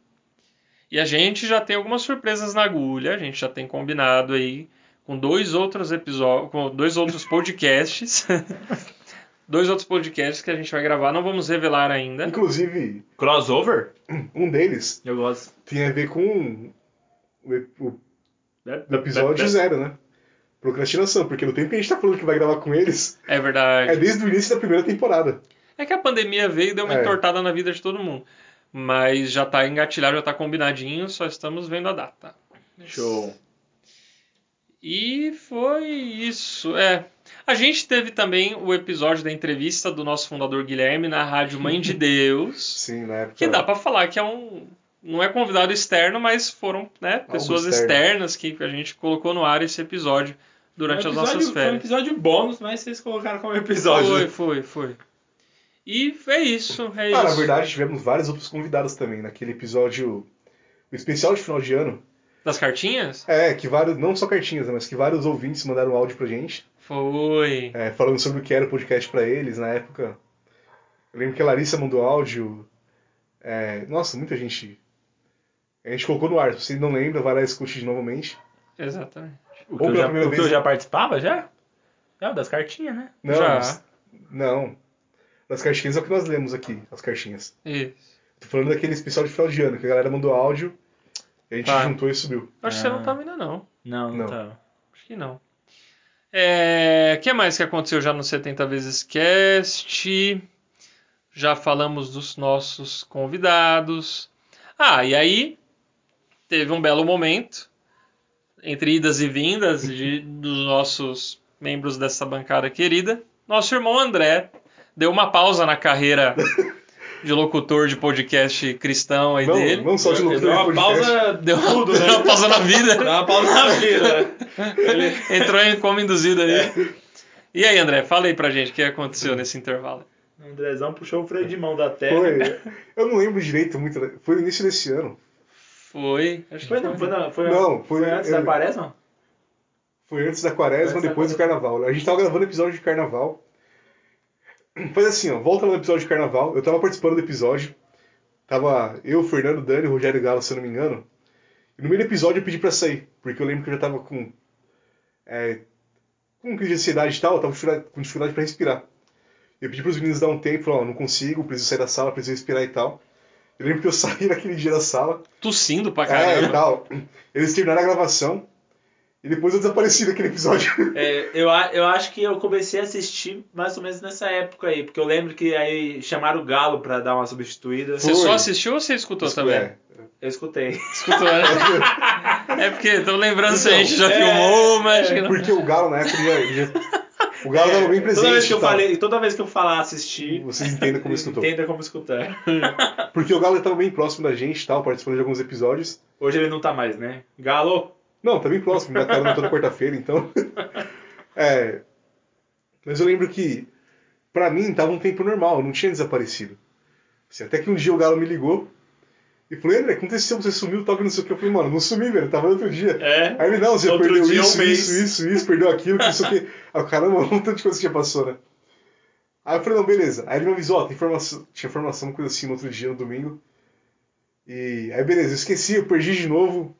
Speaker 2: E a gente já tem algumas surpresas na agulha, a gente já tem combinado aí com dois outros episódios, com dois outros podcasts. <laughs> dois outros podcasts que a gente vai gravar, não vamos revelar
Speaker 5: é.
Speaker 2: ainda.
Speaker 5: Inclusive,
Speaker 1: Crossover?
Speaker 5: um deles
Speaker 1: Eu gosto.
Speaker 5: tinha a ver com o, ep- o episódio zero, né? Procrastinação, porque no tempo que a gente tá falando que vai gravar com eles,
Speaker 2: É verdade.
Speaker 5: é desde o início da primeira temporada.
Speaker 2: É que a pandemia veio e deu uma
Speaker 5: É.
Speaker 2: entortada na vida de todo mundo. Mas já tá engatilhado, já tá combinadinho, só estamos vendo a data.
Speaker 1: Show.
Speaker 2: E foi isso. É. A gente teve também o episódio da entrevista do nosso fundador Guilherme na rádio Mãe de Deus.
Speaker 5: Sim, na época.
Speaker 2: que dá pra falar que é um. Não é convidado externo, mas foram né, pessoas
Speaker 5: externo.
Speaker 2: externas que a gente colocou no ar esse episódio durante
Speaker 1: Foi um
Speaker 2: as
Speaker 1: episódio-
Speaker 2: nossas
Speaker 1: Foi um
Speaker 2: férias.
Speaker 1: episódio bônus, mas vocês colocaram como episódio.
Speaker 2: Foi, foi, foi. E é isso. É
Speaker 5: Ah,
Speaker 2: isso.
Speaker 5: na verdade, tivemos vários outros convidados também naquele episódio. O especial de final de ano.
Speaker 2: Das cartinhas?
Speaker 5: É, que vários. Não só cartinhas, né, mas que vários ouvintes mandaram áudio pra gente.
Speaker 2: Foi.
Speaker 5: é, falando sobre o que era o podcast pra eles na época. Eu lembro que a Larissa mandou áudio. É, nossa, muita gente. A gente colocou no ar. Se você não lembra, vai lá e escute de novamente.
Speaker 2: Exatamente.
Speaker 1: O
Speaker 5: que eu já- o que eu já
Speaker 1: participava já? É, das cartinhas, né?
Speaker 5: Não,
Speaker 2: Já.
Speaker 5: mas- não. As cartinhas é o que nós lemos aqui, as cartinhas.
Speaker 2: Isso.
Speaker 5: Tô falando daquele especial de final de ano, que a galera mandou áudio, e a gente
Speaker 2: Tá.
Speaker 5: juntou e subiu.
Speaker 2: Acho que você
Speaker 1: Ah.
Speaker 2: não tava ainda, não.
Speaker 1: Não,
Speaker 5: Não.
Speaker 1: não, tava.
Speaker 2: Acho que não. É, O que mais que aconteceu já no 70 vezes cast? Já falamos dos nossos convidados. Ah, e aí teve um belo momento entre idas e vindas de- dos nossos membros dessa bancada querida. Nosso irmão André deu uma pausa na carreira de locutor de podcast cristão aí
Speaker 5: Não,
Speaker 2: dele.
Speaker 5: não só de
Speaker 1: Deu
Speaker 5: locutor de
Speaker 1: uma
Speaker 5: podcast.
Speaker 1: pausa,
Speaker 2: Deu,
Speaker 1: tudo, né?
Speaker 2: <laughs> deu uma pausa na vida.
Speaker 1: <laughs> Deu uma pausa na vida.
Speaker 2: Entrou em como induzido aí.
Speaker 5: É.
Speaker 2: E aí, André, fala aí pra gente o que aconteceu nesse intervalo.
Speaker 1: O <laughs> Andrezão puxou o freio de mão da terra.
Speaker 5: Foi. Eu não lembro direito muito. né? Foi no início desse ano.
Speaker 2: Foi. Acho que
Speaker 1: Foi, não, foi, na- foi,
Speaker 5: Não, foi-
Speaker 1: antes
Speaker 5: eu-
Speaker 1: da quaresma?
Speaker 5: Foi antes da quaresma,
Speaker 1: Antes da
Speaker 5: depois do carnaval. né? A gente tava gravando episódio de carnaval. Faz assim, ó, volta lá no episódio de carnaval. Eu tava participando do episódio. Tava eu, Fernando, Dani, e Rogério Galo, se eu não me engano. E no meio do episódio eu pedi pra sair, porque eu lembro que eu já tava com. É, com crise de ansiedade e tal, eu tava com dificuldade- com dificuldade pra respirar. Eu pedi pros meninos dar um tempo, falaram, ó, não consigo, preciso sair da sala, preciso respirar e tal. Eu lembro que eu <laughs> saí naquele dia da sala,
Speaker 2: tossindo pra
Speaker 5: é, e
Speaker 2: caramba.
Speaker 5: tal. Eles terminaram a gravação e depois eu desapareci daquele episódio.
Speaker 1: É, eu, a- eu acho que eu comecei a assistir mais ou menos nessa época aí, porque eu lembro que aí chamaram o Galo pra dar uma substituída.
Speaker 2: Você
Speaker 5: Foi.
Speaker 2: só assistiu ou você escutou também?
Speaker 5: É.
Speaker 1: Eu escutei.
Speaker 2: Escutou, né? É porque tô lembrando se a
Speaker 5: Então,
Speaker 2: gente já
Speaker 1: é,
Speaker 2: filmou, mas. que não.
Speaker 5: Porque o Galo na época ele já- O Galo estava bem presente.
Speaker 1: É, Toda vez que eu
Speaker 5: e tal.
Speaker 1: falei, toda vez que eu falar assistir,
Speaker 5: Vocês entendem como escutou.
Speaker 1: entenda como escutar.
Speaker 5: Porque o Galo estava bem próximo da gente e tal, participando de alguns episódios.
Speaker 1: Hoje ele não tá mais, né? Galo,
Speaker 5: Não, tá bem próximo, me mataram toda quarta-feira, então. <laughs> É. Mas eu lembro que, pra mim, tava um tempo normal, eu não tinha desaparecido. Assim, até que um dia o Galo me ligou E falou, André, aconteceu, você sumiu, tal, que não sei o que. Eu falei, mano, não sumi, velho, tava outro dia.
Speaker 1: É.
Speaker 5: Aí ele, não, você
Speaker 1: Outro
Speaker 5: perdeu
Speaker 1: dia, um
Speaker 5: isso,
Speaker 1: mês.
Speaker 5: isso, isso, isso, perdeu aquilo, que não sei o
Speaker 1: <laughs>
Speaker 5: que. Aí, eu, caramba, um tanto de coisa que já passou, né? Aí eu falei, não, beleza. Aí ele me avisou, ó, tem informação, tinha informação, coisa assim, no outro dia, no domingo. E aí, beleza, eu esqueci, eu perdi de novo.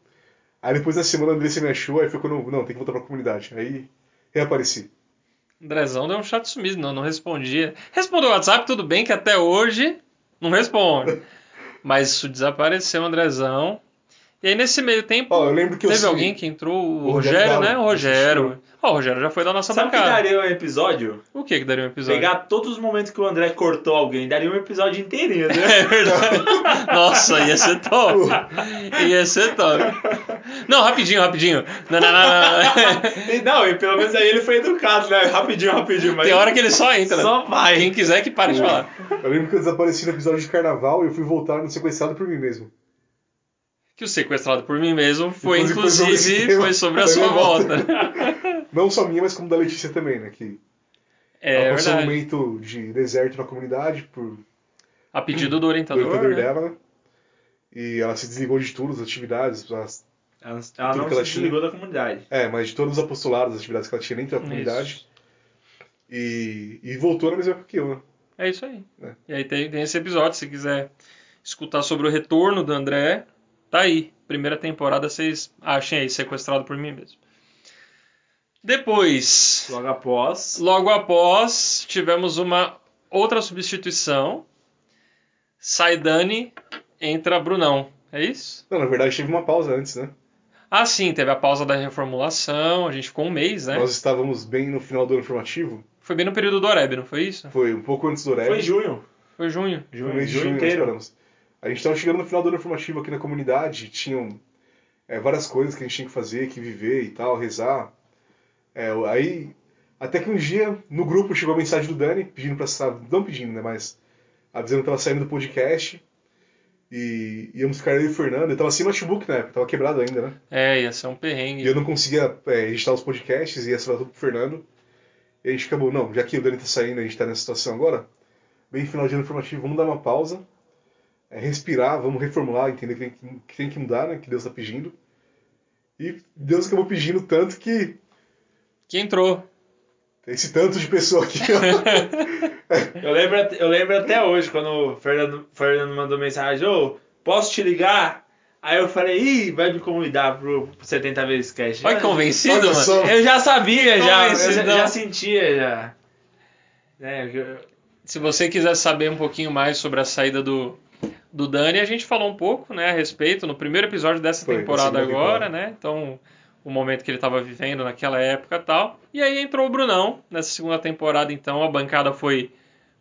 Speaker 5: Aí depois da semana, a Andressa me achou, aí foi quando, eu- não, tem que voltar pra comunidade. Aí reapareci. É.
Speaker 2: Andrezão deu um chato sumido, não, não respondia. Respondeu o WhatsApp, tudo bem, que até hoje não responde. Mas isso desapareceu, Andrezão. E aí, nesse meio tempo,
Speaker 5: Ó, eu lembro que eu
Speaker 2: teve
Speaker 5: sumi.
Speaker 2: alguém que entrou, o,
Speaker 5: O Rogério
Speaker 2: Rogério,
Speaker 5: Galo,
Speaker 2: né? O Rogério. Ó, o Rogério já foi da nossa
Speaker 1: Sabe o que
Speaker 2: bancada.
Speaker 1: daria um episódio?
Speaker 2: O que que daria um episódio?
Speaker 1: Pegar todos os momentos que o André cortou alguém, daria um episódio inteirinho,
Speaker 2: <laughs>
Speaker 1: né?
Speaker 2: É verdade. Nossa, ia ser top. Ia ser top. Não, rapidinho, rapidinho. Não, não, não, não.
Speaker 1: E não, e pelo menos aí ele foi educado, né? Rapidinho, rapidinho, mas.
Speaker 2: Tem hora que ele só entra. né?
Speaker 1: Só vai.
Speaker 2: Quem quiser que pare de falar.
Speaker 5: Eu lembro que eu desapareci no episódio de carnaval e eu fui voltar no sequestrado por mim mesmo.
Speaker 2: Que o sequestrado por mim mesmo foi,
Speaker 5: Inclusive, foi sobre esse
Speaker 2: inclusive,
Speaker 5: tema.
Speaker 2: foi sobre a
Speaker 5: Foi
Speaker 2: sua
Speaker 5: minha
Speaker 2: volta.
Speaker 5: volta. Não só minha, mas como da Letícia também, né? Que
Speaker 2: É
Speaker 5: aconteceu um
Speaker 2: verdade.
Speaker 5: momento de deserto na comunidade por
Speaker 2: A pedido do
Speaker 1: Tá
Speaker 5: do
Speaker 2: orientador.
Speaker 5: orientador
Speaker 2: né?
Speaker 5: dela, né? E ela se desligou de tudo, das atividades, as-
Speaker 1: Ela não- ela
Speaker 5: Tudo
Speaker 1: não
Speaker 5: que ela
Speaker 1: se desligou da comunidade.
Speaker 5: é, mas de todos os apostolados, as atividades que ela tinha dentro da comunidade. E, e voltou na mesma época que eu, né?
Speaker 2: É isso aí.
Speaker 5: É.
Speaker 2: E aí tem, tem esse episódio, se quiser escutar sobre o retorno do André, tá aí. Primeira temporada, vocês achem aí, sequestrado por mim mesmo. Depois,
Speaker 1: Logo após.
Speaker 2: logo após, tivemos uma outra substituição. Sai Dani, entra Brunão. É isso?
Speaker 5: Não, na verdade teve uma pausa antes, né?
Speaker 2: Ah, sim, teve a pausa da reformulação, a gente ficou um
Speaker 1: É?
Speaker 2: mês, né?
Speaker 5: Nós estávamos bem no final do ano formativo,
Speaker 2: Foi bem no período do Oreb, não foi isso?
Speaker 5: foi um pouco antes do horário.
Speaker 1: Foi em junho.
Speaker 2: Foi junho.
Speaker 5: No
Speaker 1: Junho,
Speaker 5: mês de
Speaker 1: junho
Speaker 5: junho nós
Speaker 1: inteiro.
Speaker 5: paramos. A gente estava chegando no final do ano formativo aqui na comunidade, tinham é, várias coisas que a gente tinha que fazer, que viver e tal, rezar. É, o- aí, até que um dia, no grupo, chegou a mensagem do Dani, pedindo pra sair, não pedindo, né, mas avisando que ela saindo do podcast e íamos ficar eu e o Fernando. Eu tava sem notebook na época, tava quebrado ainda, né?
Speaker 2: É, ia ser um
Speaker 5: E
Speaker 2: perrengue.
Speaker 5: eu não conseguia é, editar os podcasts, ia salvar tudo pro Fernando. E a gente acabou, não, já que o Dani tá saindo, a gente tá nessa situação agora, bem final de ano formativo, vamos dar uma pausa, é, respirar, vamos reformular, entender que tem que, que tem que mudar, né, que Deus tá pedindo. E Deus acabou pedindo tanto que
Speaker 2: Que entrou.
Speaker 5: esse tanto de pessoa aqui, <laughs> ó,
Speaker 1: Eu lembro, at- eu lembro até hoje, quando o Fernando, Fernando mandou mensagem, ô, posso te ligar? Aí eu falei, ih, vai me convidar pro 70 vezes cash.
Speaker 2: Olha que então. convencido,
Speaker 5: Olha
Speaker 2: mano.
Speaker 5: só.
Speaker 1: Eu já sabia, já, eu já,
Speaker 2: Convencidão.
Speaker 1: já sentia, já. É, eu-
Speaker 2: Se você quiser saber um pouquinho mais sobre a saída do, do Dani, a gente falou um pouco né, a respeito no primeiro episódio dessa
Speaker 5: Foi,
Speaker 2: temporada
Speaker 5: da segunda
Speaker 2: agora,
Speaker 5: temporada.
Speaker 2: né? Então, o momento que ele estava vivendo naquela época e tal. E aí entrou o Brunão nessa segunda temporada, então a bancada foi,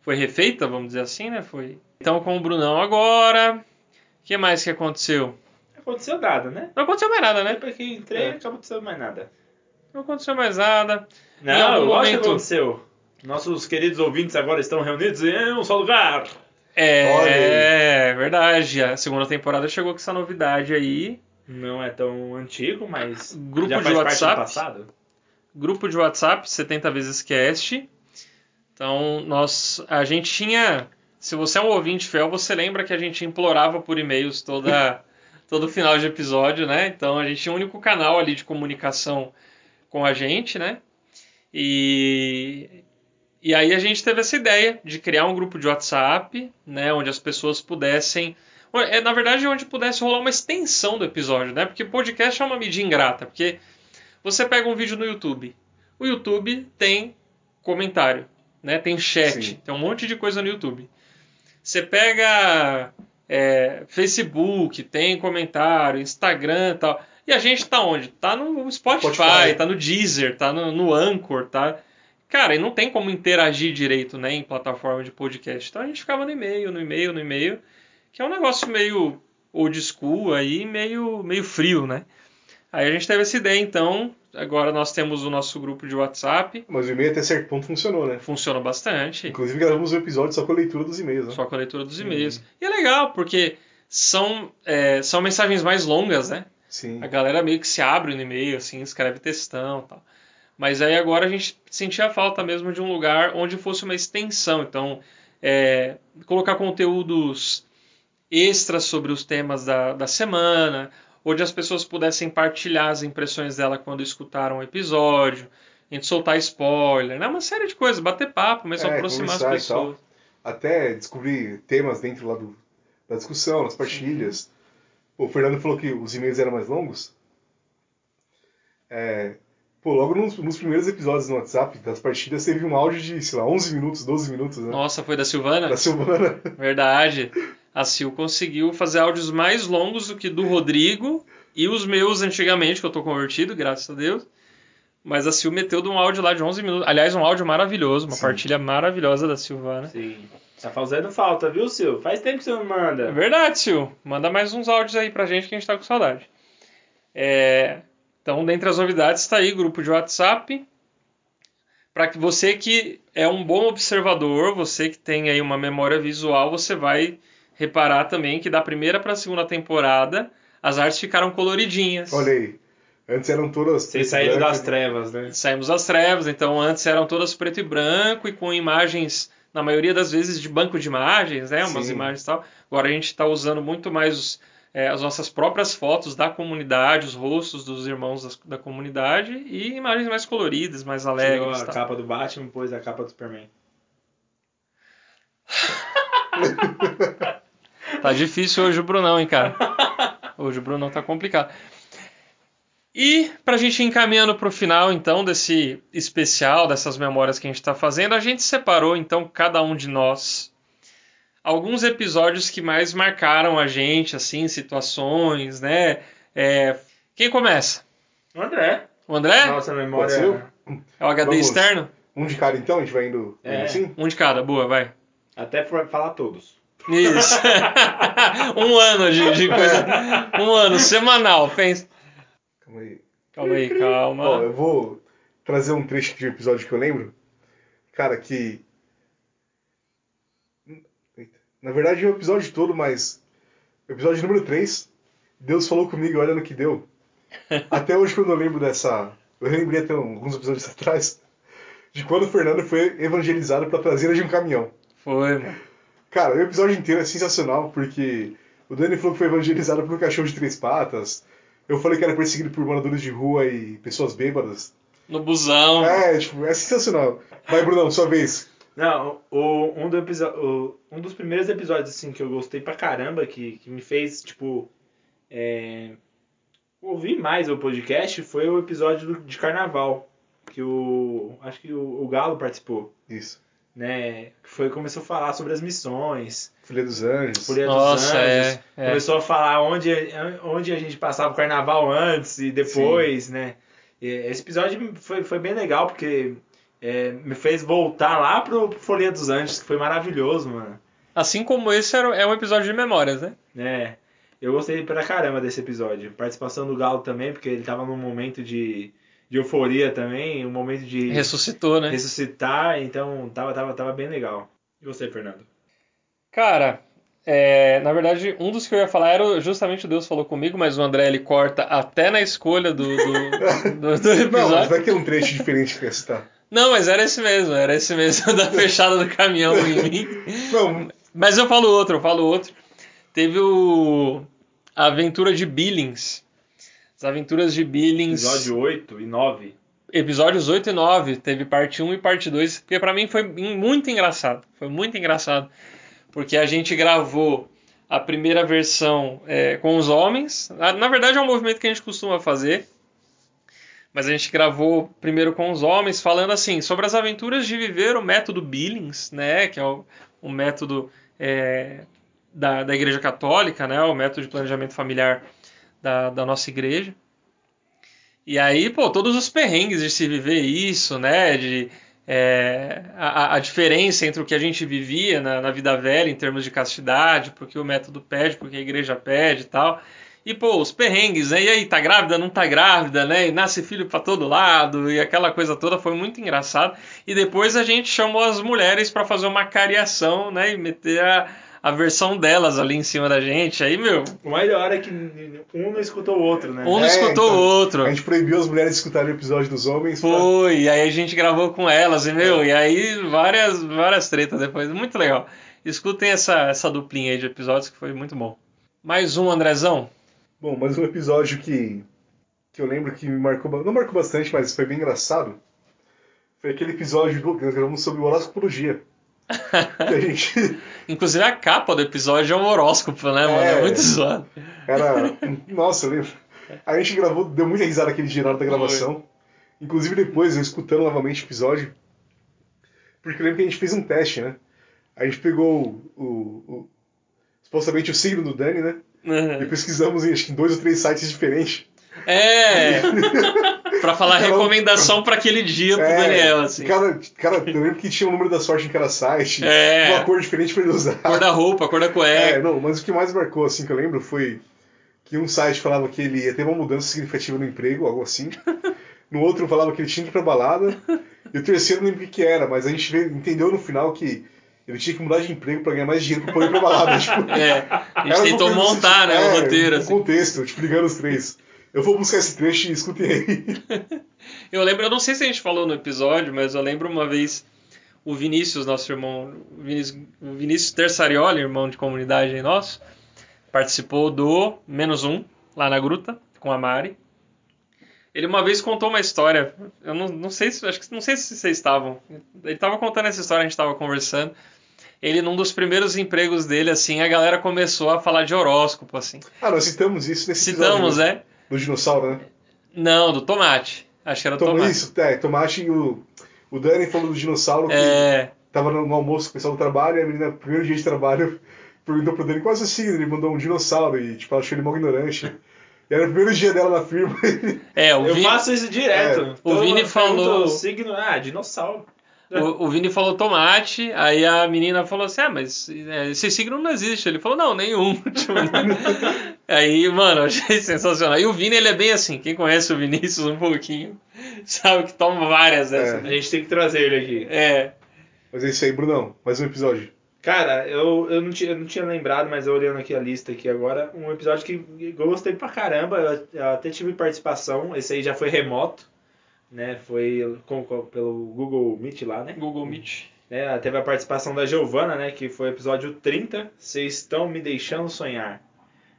Speaker 2: foi refeita, vamos dizer assim, né? Foi. Então, com o Brunão agora. O que mais que aconteceu?
Speaker 1: não aconteceu nada, né?
Speaker 2: Não aconteceu mais nada, né?
Speaker 1: Depois que entrei,
Speaker 5: É.
Speaker 1: não aconteceu mais nada.
Speaker 2: Não aconteceu mais nada. Em
Speaker 1: Não,
Speaker 2: algum
Speaker 1: lógico
Speaker 2: momento-
Speaker 1: que aconteceu. Nossos queridos ouvintes agora estão reunidos em um só lugar.
Speaker 5: Olha
Speaker 2: É, é verdade. A segunda temporada chegou com essa novidade aí.
Speaker 1: Não é tão antigo, mas
Speaker 2: Grupo
Speaker 1: já
Speaker 2: de
Speaker 1: faz parte
Speaker 2: WhatsApp?
Speaker 1: do passado.
Speaker 2: grupo de WhatsApp 70 vezes cast. Então, nós a gente tinha, se você é um ouvinte fiel, você lembra que a gente implorava por e-mails toda todo final de episódio, né? Então, a gente tinha um único canal ali de comunicação com a gente, né? E e aí a gente teve essa ideia de criar um grupo de WhatsApp, né, onde as pessoas pudessem é, na verdade, onde pudesse rolar uma extensão do episódio, né? Porque podcast é uma mídia ingrata, porque você pega um vídeo no YouTube. O YouTube tem comentário, né? Tem chat,
Speaker 5: Sim.
Speaker 2: tem um monte de coisa no YouTube. Você pega é, Facebook, tem comentário, Instagram e tal. E a gente tá onde? Tá no Spotify,
Speaker 5: Spotify.
Speaker 2: tá no Deezer, tá no, no Anchor, tá? Cara, e não tem como interagir direito, né, em plataforma de podcast. Então a gente ficava no e-mail, no e-mail, no e-mail, que é um negócio meio old school aí, meio, meio frio, né? Aí a gente teve essa ideia, então. Agora nós temos o nosso grupo de WhatsApp.
Speaker 5: mas o e-mail até certo ponto funcionou, né?
Speaker 2: Funciona bastante.
Speaker 5: Inclusive gravamos um episódio só com a leitura dos e-mails, né?
Speaker 2: Só com a leitura dos e-mails. E é legal, porque são, é, são mensagens mais longas, né?
Speaker 5: Sim.
Speaker 2: A galera meio que se abre no e-mail, assim, escreve textão e tal. Mas aí agora a gente sentia falta mesmo de um lugar onde fosse uma extensão. Então, é, colocar conteúdos extras sobre os temas da, da semana, onde as pessoas pudessem partilhar as impressões dela quando escutaram o episódio, a gente soltar spoiler, né? uma série de coisas, bater papo, mas
Speaker 5: É,
Speaker 2: aproximar as
Speaker 5: conversar e
Speaker 2: pessoas.
Speaker 5: Até descobrir temas dentro lá do, da discussão, nas partilhas. O Fernando falou que os e-mails eram mais longos. É, pô, logo nos, nos primeiros episódios no WhatsApp das partidas teve um áudio de, sei lá, 11 minutos, 12 minutos, né?
Speaker 2: Nossa, foi da Silvana?
Speaker 5: Da Silvana.
Speaker 2: Verdade. A Sil conseguiu fazer áudios mais longos do que do Rodrigo e os meus antigamente, que eu tô convertido, graças a Deus. Mas a Sil meteu de um áudio lá de 11 minutos. Aliás, um áudio maravilhoso, uma
Speaker 5: Sim.
Speaker 2: partilha maravilhosa da Silvana.
Speaker 1: Sim. Tá fazendo falta, viu, Sil? Faz tempo que você não
Speaker 2: É
Speaker 1: manda.
Speaker 2: verdade, Sil. Manda mais uns áudios aí pra gente que a gente tá com saudade. É, Então, dentre as novidades, está aí grupo de WhatsApp. Para que você que é um bom observador, você que tem aí uma memória visual, você vai reparar também que da primeira para a segunda temporada as artes ficaram coloridinhas.
Speaker 5: Olha aí. Antes eram todas.
Speaker 1: Vocês saíram das
Speaker 5: trevas.
Speaker 1: trevas, né?
Speaker 2: Saímos das trevas, então antes eram todas preto e branco e com imagens, na maioria das vezes, de banco de imagens, né? Umas
Speaker 5: Sim.
Speaker 2: imagens e tal. Agora a gente está usando muito mais os- eh, as nossas próprias fotos da comunidade, os rostos dos irmãos das- da comunidade e imagens mais coloridas, mais
Speaker 1: Tirou
Speaker 2: alegres.
Speaker 1: a
Speaker 2: e tal.
Speaker 1: capa do Batman, pôs a capa do Superman.
Speaker 2: Tá difícil hoje o Brunão, hein, cara? Hoje o Brunão tá complicado. E pra gente ir encaminhando pro final, então, desse especial, dessas memórias que a gente tá fazendo, a gente separou, então, cada um de nós, alguns episódios que mais marcaram a gente, assim, situações, né? É, Quem começa?
Speaker 1: O André.
Speaker 2: O André?
Speaker 1: É. Nossa
Speaker 5: Pode ser
Speaker 1: memória.
Speaker 2: é o HD
Speaker 5: vamos.
Speaker 2: externo?
Speaker 5: Um de cada então, a gente vai indo
Speaker 1: É.
Speaker 5: assim?
Speaker 2: Um de cada, boa, vai.
Speaker 1: Até pra falar todos.
Speaker 2: Isso. <laughs> um ano de, de coisa. Um ano, semanal. Pensa.
Speaker 5: Calma aí.
Speaker 2: Calma aí, calma.
Speaker 5: Ó, eu vou trazer um trecho de um episódio que eu lembro. Cara, que. Eita. Na verdade é o episódio todo, mas. o Episódio número 3. Deus falou comigo, olha no que deu. Até hoje, quando eu lembro dessa. Eu lembrei até alguns episódios <laughs> atrás. De quando o Fernando foi evangelizado pra traseira de um caminhão.
Speaker 2: Foi, mano.
Speaker 5: Cara, o episódio inteiro é sensacional, porque o Dani falou que foi evangelizado por um cachorro de três patas. Eu falei que era perseguido por moradores de rua e pessoas bêbadas.
Speaker 2: No busão.
Speaker 5: É, tipo, é sensacional. Vai, Brunão, sua vez.
Speaker 1: Não, o, um, do episo- o- um dos primeiros episódios assim que eu gostei pra caramba, que, que me fez, tipo, é, ouvir mais o podcast, foi o episódio do- de carnaval, que o. Acho que o, o Galo participou,
Speaker 5: Isso.
Speaker 1: né? Que foi, começou a falar sobre as missões,
Speaker 5: Folha dos Anjos.
Speaker 1: Folha dos
Speaker 2: Nossa,
Speaker 1: Anjos.
Speaker 2: é, é.
Speaker 1: Começou a falar onde, onde a gente passava o carnaval antes e depois, né? E Esse episódio foi, foi bem legal, porque é, me fez voltar lá pro Folha dos Anjos, que foi maravilhoso, mano.
Speaker 2: Assim como esse era, é um episódio de memórias, né?
Speaker 1: Né? Eu gostei pra caramba desse episódio. Participação do Galo também, porque ele tava num momento de, de euforia também, um momento de
Speaker 2: Ressuscitou, né?
Speaker 1: ressuscitar, então tava, tava, tava bem legal. E você, Fernando?
Speaker 2: Cara, é, na verdade, um dos que eu ia falar era o- justamente o Deus falou comigo, mas o André ele corta até na escolha do,
Speaker 5: <laughs>
Speaker 2: do, do- do
Speaker 5: Não, mas
Speaker 2: episódio.
Speaker 5: vai ter um trecho diferente que tá? quer citar.
Speaker 2: Não, mas era esse mesmo, era esse mesmo <laughs> da fechada do caminhão em mim.
Speaker 5: Não,
Speaker 2: Mas eu falo outro, eu falo outro. Teve o. A aventura de Billings. As aventuras de Billings.
Speaker 1: Episódio 8 e 9.
Speaker 2: episódios 8 e 9, teve parte 1 e parte 2, porque pra mim foi em- muito engraçado. Foi muito engraçado. Porque a gente gravou a primeira versão é, com os homens. Na na verdade, é um movimento que a gente costuma fazer. Mas a gente gravou primeiro com os homens, falando assim sobre as aventuras de viver o método Billings, né? Que é o, o método é, da, da Igreja Católica, né? O método de planejamento familiar da, da nossa igreja. E aí, pô, todos os perrengues de se viver isso, né? De, é, a, a- a diferença entre o que a gente vivia na, na vida velha em termos de castidade, porque o método pede, porque a igreja pede e tal. E, pô, os perrengues, né? E aí, tá grávida, não tá grávida, né? E nasce filho pra todo lado, e aquela coisa toda foi muito engraçado. E depois a gente chamou as mulheres pra fazer uma cariação, né? E meter a, a versão delas ali em cima da gente. Aí, meu,
Speaker 1: O mais da hora é que um não escutou o outro, né?
Speaker 2: um não
Speaker 5: É,
Speaker 2: escutou
Speaker 5: então,
Speaker 2: o outro.
Speaker 5: a gente proibiu as mulheres de escutarem o episódio dos homens. tá? pra-
Speaker 2: É. Foi, e aí a gente gravou com elas, e meu, e aí várias, várias tretas depois, muito legal. Escutem essa, essa duplinha aí de episódios que foi muito bom. Mais um, Andrezão? <laughs>
Speaker 5: Bom, mais um episódio que, que eu lembro que me marcou. ba- Não marcou bastante, mas foi bem engraçado. Foi aquele episódio do, que nós gravamos sobre horoscopologia. que a gente
Speaker 2: Inclusive a capa do episódio é um horóscopo, né, mano? É
Speaker 5: É.
Speaker 2: muito zoado.
Speaker 5: era. Nossa, eu lembro. A gente gravou, deu muita risada aquele dia na hora da gravação. Inclusive depois, eu escutando novamente o episódio. Porque eu lembro que a gente fez um teste, né? A gente pegou o. o- o- supostamente o signo do Dani, né? E pesquisamos em, acho que em dois ou três sites diferentes.
Speaker 2: <laughs> É! pra falar recomendação pra aquele dia pro
Speaker 5: É,
Speaker 2: Daniel, assim.
Speaker 5: Cada, cada, eu lembro que tinha o número da sorte em cada site,
Speaker 2: É.
Speaker 5: uma cor diferente pra ele usar.
Speaker 2: Cor da roupa, cor da
Speaker 5: É,
Speaker 2: cueca.
Speaker 5: não, mas o que mais marcou, assim, que eu lembro foi que um site falava que ele ia ter uma mudança significativa no emprego, algo assim. No outro falava que ele tinha que ir pra balada. E o terceiro eu não lembro o que, que era, mas a gente veio- entendeu no final que ele tinha que mudar de emprego pra ganhar mais dinheiro pra poder ir pra balada. <laughs> Tipo,
Speaker 2: É. A gente
Speaker 5: era uma
Speaker 2: tentou
Speaker 5: coisa desse
Speaker 2: montar,
Speaker 5: tipo.
Speaker 2: né, o
Speaker 5: É,
Speaker 2: roteiro,
Speaker 5: um
Speaker 2: assim.
Speaker 5: contexto, tipo, ligando os três. Eu vou buscar esse trecho e escutem aí.
Speaker 2: Eu lembro, eu não sei se a gente falou no episódio, mas eu lembro uma vez o Vinícius, nosso irmão, o Vinícius, o Vinícius Terçarioli, irmão de comunidade aí nosso, participou do Menos Um, lá na gruta, com a Mari. Ele uma vez contou uma história, eu não, não sei se, acho que não sei se vocês estavam. Ele estava contando essa história, a gente estava conversando. Ele, num dos primeiros empregos dele, assim, a galera começou a falar de horóscopo, assim.
Speaker 5: <laughs> Ah, nós citamos isso nesse
Speaker 2: Citamos,
Speaker 5: episódio.
Speaker 2: né?
Speaker 5: Do dinossauro, né?
Speaker 2: Não, do tomate. Acho que era
Speaker 5: Toma
Speaker 2: tomate.
Speaker 5: isso, é, Tomate e o, o Dani falou do dinossauro que
Speaker 2: É.
Speaker 5: tava no, no almoço com o pessoal do trabalho, e a menina, primeiro dia de trabalho, <laughs> perguntou pro Dani qual é o seu signo, ele mandou um dinossauro e tipo, ela achou ele mó ignorante. E era o primeiro dia dela na firma. <laughs>
Speaker 2: É, o
Speaker 1: Eu
Speaker 2: Vini-
Speaker 1: faço isso direto.
Speaker 5: É.
Speaker 1: Todo
Speaker 2: O Vini
Speaker 1: mundo pergunta
Speaker 2: falou-
Speaker 1: o signo, ah, dinossauro.
Speaker 2: O, o Vini falou tomate, aí a menina falou assim: Ah, mas é, esse signo não existe. Ele falou: Não, nenhum. <laughs> Tipo, né? aí, mano, eu achei sensacional. E o Vini, ele é bem assim: quem conhece o Vinícius um pouquinho, <laughs> sabe que toma várias dessas.
Speaker 1: A gente tem que trazer ele aqui.
Speaker 2: É.
Speaker 5: Mas é isso aí, Brunão, mais um episódio.
Speaker 1: Cara, eu, eu, não tinha, eu não tinha lembrado, mas eu olhando aqui a lista aqui agora, um episódio que eu gostei pra caramba, eu, eu até tive participação, esse aí já foi remoto, né? Foi com- com- pelo Google Meet lá, né?
Speaker 2: Google Meet.
Speaker 1: né? ela Teve a participação da Giovana, né? Que foi o episódio 30, Vocês Estão Me Deixando Sonhar.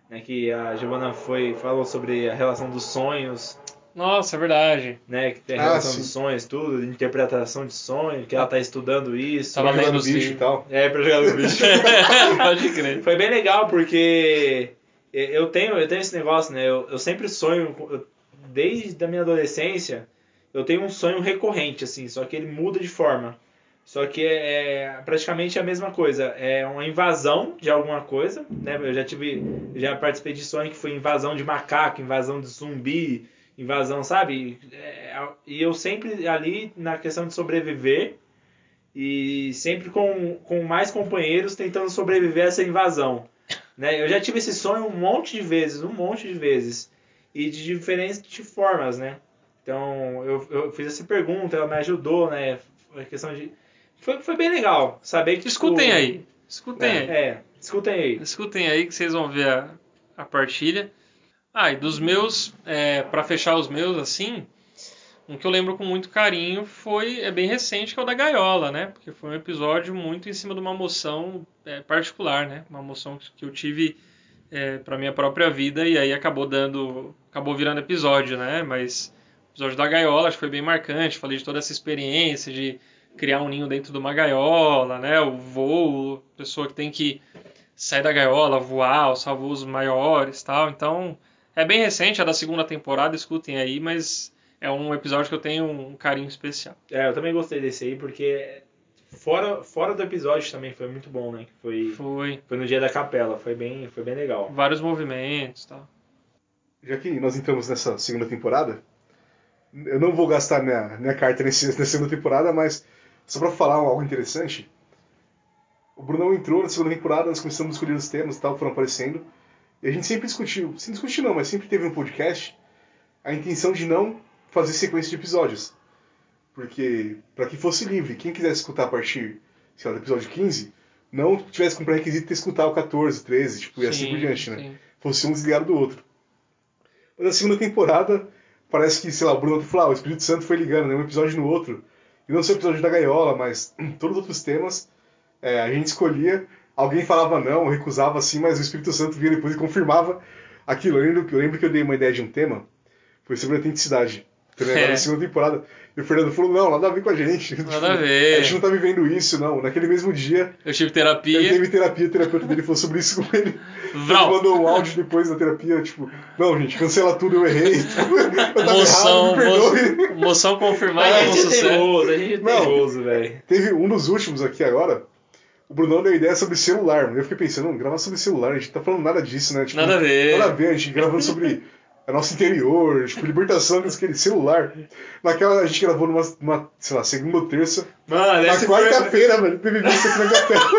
Speaker 1: Né, que a Giovana foi, falou sobre a relação dos sonhos,
Speaker 2: Nossa, é verdade. <laughs>
Speaker 1: né? Que tem a
Speaker 5: Ah,
Speaker 1: relação
Speaker 5: sim.
Speaker 1: dos sonhos, tudo, interpretação de sonho, que ela tá estudando isso.
Speaker 2: Tava
Speaker 5: Jogar
Speaker 2: lendo
Speaker 5: no
Speaker 2: os
Speaker 5: bicho
Speaker 2: livros.
Speaker 5: e tal.
Speaker 1: É, pra jogar no bicho. <laughs>
Speaker 2: Pode crer.
Speaker 1: Foi bem legal, porque eu tenho, eu tenho esse negócio, né? Eu, eu sempre sonho, com- eu- desde a minha adolescência, eu tenho um sonho recorrente, assim, só que ele muda de forma. Só que é praticamente a mesma coisa. É uma invasão de alguma coisa, né? Eu já tive, já participei de sonho que foi invasão de macaco, invasão de zumbi, invasão, sabe? É, e eu sempre ali na questão de sobreviver, e sempre com, com mais companheiros tentando sobreviver a essa invasão. Né? Eu já tive esse sonho um monte de vezes, um monte de vezes, e de diferentes formas, né? Então, eu, eu fiz essa pergunta, ela me ajudou, né? Foi questão de... Foi, foi bem legal saber que... tipo,
Speaker 2: Escutem aí. Escutem aí.
Speaker 1: É, escutem aí.
Speaker 2: Escutem aí que vocês vão ver a, a partilha. Ah, e dos meus, é, para fechar os meus assim, um que eu lembro com muito carinho foi, é bem recente, que é o da gaiola, né? Porque foi um episódio muito em cima de uma moção é, particular, né? Uma moção que eu tive é, para minha própria vida e aí acabou dando, acabou virando episódio, né? Mas o episódio da gaiola acho que foi bem marcante. Falei de toda essa experiência de criar um ninho dentro de uma gaiola, né? O voo, pessoa que tem que sai da gaiola, voar, salvou os maiores tal. Então, é bem recente, é da segunda temporada, escutem aí, mas é um episódio que eu tenho um carinho especial.
Speaker 1: É, eu também gostei desse aí, porque fora, fora do episódio também foi muito bom, né? Que Foi,
Speaker 2: Foi
Speaker 1: foi no dia da capela, foi bem, foi bem legal.
Speaker 2: vários movimentos tal.
Speaker 5: Já que nós entramos nessa segunda temporada, eu não vou gastar minha, minha carta nesse, <laughs> nessa segunda temporada, mas só pra falar algo interessante. O Brunão entrou na segunda temporada, nós começamos a escolher os temas e tal, foram aparecendo. E a gente sempre discutiu, sem discutir não, mas sempre teve no podcast a intenção de não fazer sequência de episódios. Porque, pra que fosse livre, quem quisesse escutar a partir, sei lá, do episódio 15, não tivesse como pré-requisito ter escutar o 14, 13, tipo, e assim por diante, né?
Speaker 2: sim.
Speaker 5: fosse um desligado do outro. Mas na segunda temporada, parece que, sei lá, o Bruno falou, ah, o Espírito <clears throat> Santo foi ligando, né, um episódio no outro. E não só o episódio da gaiola, mas todos os outros temas É, a gente escolhia, alguém falava não, recusava assim, mas o Espírito Santo vinha depois e confirmava aquilo. Eu lembro, eu lembro que eu dei uma ideia de um tema, foi sobre autenticidade. Então,
Speaker 2: É.
Speaker 5: Na segunda temporada. E o Fernando falou: não, nada a ver com a gente. Tipo,
Speaker 2: Nada a
Speaker 5: A gente
Speaker 2: ver.
Speaker 5: não tá vivendo isso, não. Naquele mesmo dia,
Speaker 2: Eu tive
Speaker 5: ele
Speaker 2: terapia.
Speaker 5: teve terapia, o terapeuta dele falou sobre isso com ele. Ele
Speaker 2: Vral.
Speaker 5: mandou um áudio depois da terapia, tipo, não, gente, cancela tudo, eu errei. <laughs> Eu tava
Speaker 2: Moção,
Speaker 5: errado, me perdoe.
Speaker 2: mo- moção confirmada
Speaker 1: Mas
Speaker 2: com
Speaker 1: a gente é
Speaker 2: sucesso.
Speaker 1: teimoso, a gente é
Speaker 5: Não.
Speaker 1: teimoso, velho.
Speaker 5: Teve um dos últimos aqui agora. O Brunão deu ideia sobre celular, mano. Eu fiquei pensando, não, gravar sobre celular, a gente tá falando nada disso, né? Tipo,
Speaker 2: Nada a ver.
Speaker 5: Nada a ver, a gente gravando sobre a nossa interior, tipo, libertação daquele celular. Naquela, a gente gravou numa, numa, sei lá, segunda ou terça.
Speaker 1: Mano,
Speaker 5: Na
Speaker 1: esse foi,
Speaker 5: quarta-feira, mano, teve isso aqui na minha tela.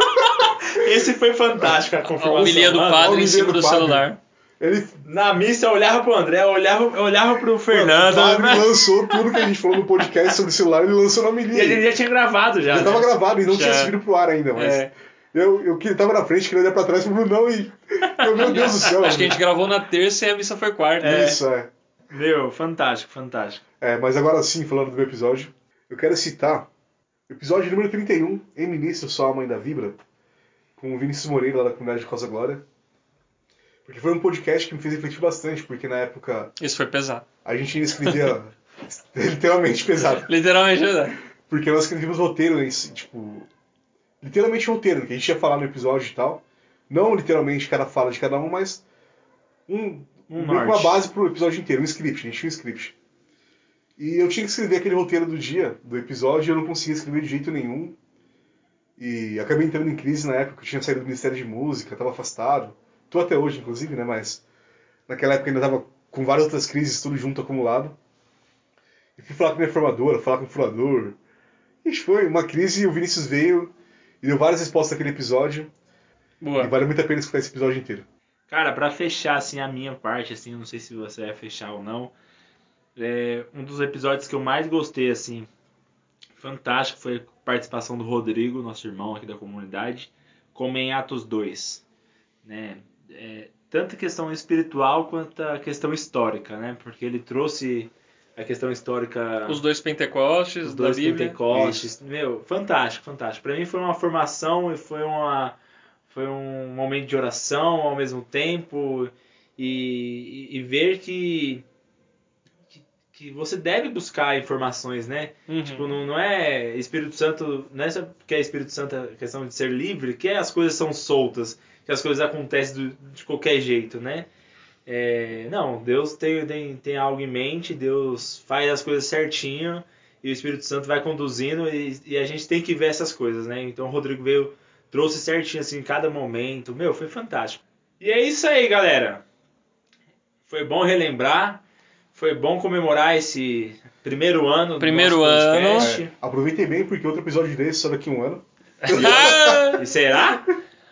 Speaker 1: esse foi fantástico a
Speaker 2: A
Speaker 1: confirmação.
Speaker 2: homilia do
Speaker 1: mano.
Speaker 2: padre em
Speaker 5: homilia
Speaker 2: cima
Speaker 5: do
Speaker 2: do
Speaker 5: padre.
Speaker 2: celular.
Speaker 5: Ele
Speaker 1: Na missa eu olhava pro André, eu olhava, eu olhava pro
Speaker 5: o
Speaker 1: Fernando.
Speaker 5: padre lançou tudo que a gente falou no podcast sobre celular, ele lançou
Speaker 1: <laughs>
Speaker 5: na
Speaker 1: E a gente
Speaker 5: milha.
Speaker 1: já tinha gravado já.
Speaker 5: Já tava
Speaker 1: né?
Speaker 5: gravado e não
Speaker 2: Já.
Speaker 5: tinha subido pro ar ainda, mas.
Speaker 1: É.
Speaker 5: Eu, eu que tava na frente, queria olhar pra trás pro
Speaker 2: <laughs>
Speaker 5: Brunão e. Eu, meu Deus do céu.
Speaker 2: Acho que a gente gravou na terça e a missa foi quarta.
Speaker 5: Isso, é.
Speaker 1: Meu, fantástico, fantástico.
Speaker 5: É, mas agora sim, falando do meu episódio, eu quero citar o episódio número 31, em ministro só a mãe da Vibra, com o Vinícius Moreira, lá da comunidade de Rosa Glória. Porque foi um podcast que me fez refletir bastante, porque na época
Speaker 2: Isso foi pesado.
Speaker 5: a gente ainda
Speaker 2: <laughs>
Speaker 5: escrevia literalmente pesado.
Speaker 2: Literalmente, né?
Speaker 5: Porque nós escrevíamos roteiro, em si, tipo. Literalmente roteiro, que a gente ia falar no episódio e tal. Não literalmente cada fala de cada um, mas um,
Speaker 1: Um
Speaker 5: meio que
Speaker 1: norte.
Speaker 5: uma base pro episódio inteiro, um script, a gente tinha um script. E eu tinha que escrever aquele roteiro do dia, do episódio, e eu não conseguia escrever de jeito nenhum. E acabei entrando em crise na época, eu tinha saído do Ministério de Música, tava afastado. Tô até hoje, inclusive, né? Mas naquela época ainda tava com várias outras crises, tudo junto, acumulado. E fui falar com minha formadora, falar com o furador. Ixi, foi uma crise e o Vinícius veio e deu várias respostas naquele episódio. E
Speaker 2: Boa.
Speaker 5: vale muito a pena escutar esse episódio inteiro.
Speaker 1: Cara, pra fechar assim a minha parte, assim, não sei se você vai fechar ou não. é, um dos episódios que eu mais gostei, assim, fantástico, foi a participação do Rodrigo, nosso irmão aqui da comunidade, como em Atos 2. Né? É, tanto a questão espiritual quanto a questão histórica, né? Porque ele trouxe a questão histórica
Speaker 2: Os dois Pentecostes,
Speaker 1: os dois
Speaker 2: da Bíblia.
Speaker 1: Pentecostes. Meu, fantástico, fantástico. Pra mim foi uma formação e foi uma foi um momento de oração ao mesmo tempo e, e- e ver que, que que você deve buscar informações, né?
Speaker 2: Uhum.
Speaker 1: Tipo, não, não é Espírito Santo, não é só porque é Espírito Santo a questão de ser livre, que as coisas são soltas, que as coisas acontecem do- de qualquer jeito, né? É, não, Deus tem, tem, tem algo em mente, Deus faz as coisas certinho e o Espírito Santo vai conduzindo e, e a gente tem que ver essas coisas, né? Então o Rodrigo veio, trouxe certinho assim em cada momento, meu, foi fantástico. E é isso aí, galera. Foi bom relembrar, foi bom comemorar esse primeiro ano do
Speaker 2: Primeiro
Speaker 1: nosso
Speaker 2: ano.
Speaker 1: podcast.
Speaker 5: É, aproveitem bem, porque outro episódio desse, só daqui a um ano.
Speaker 2: Ah!
Speaker 1: E será?
Speaker 2: <laughs>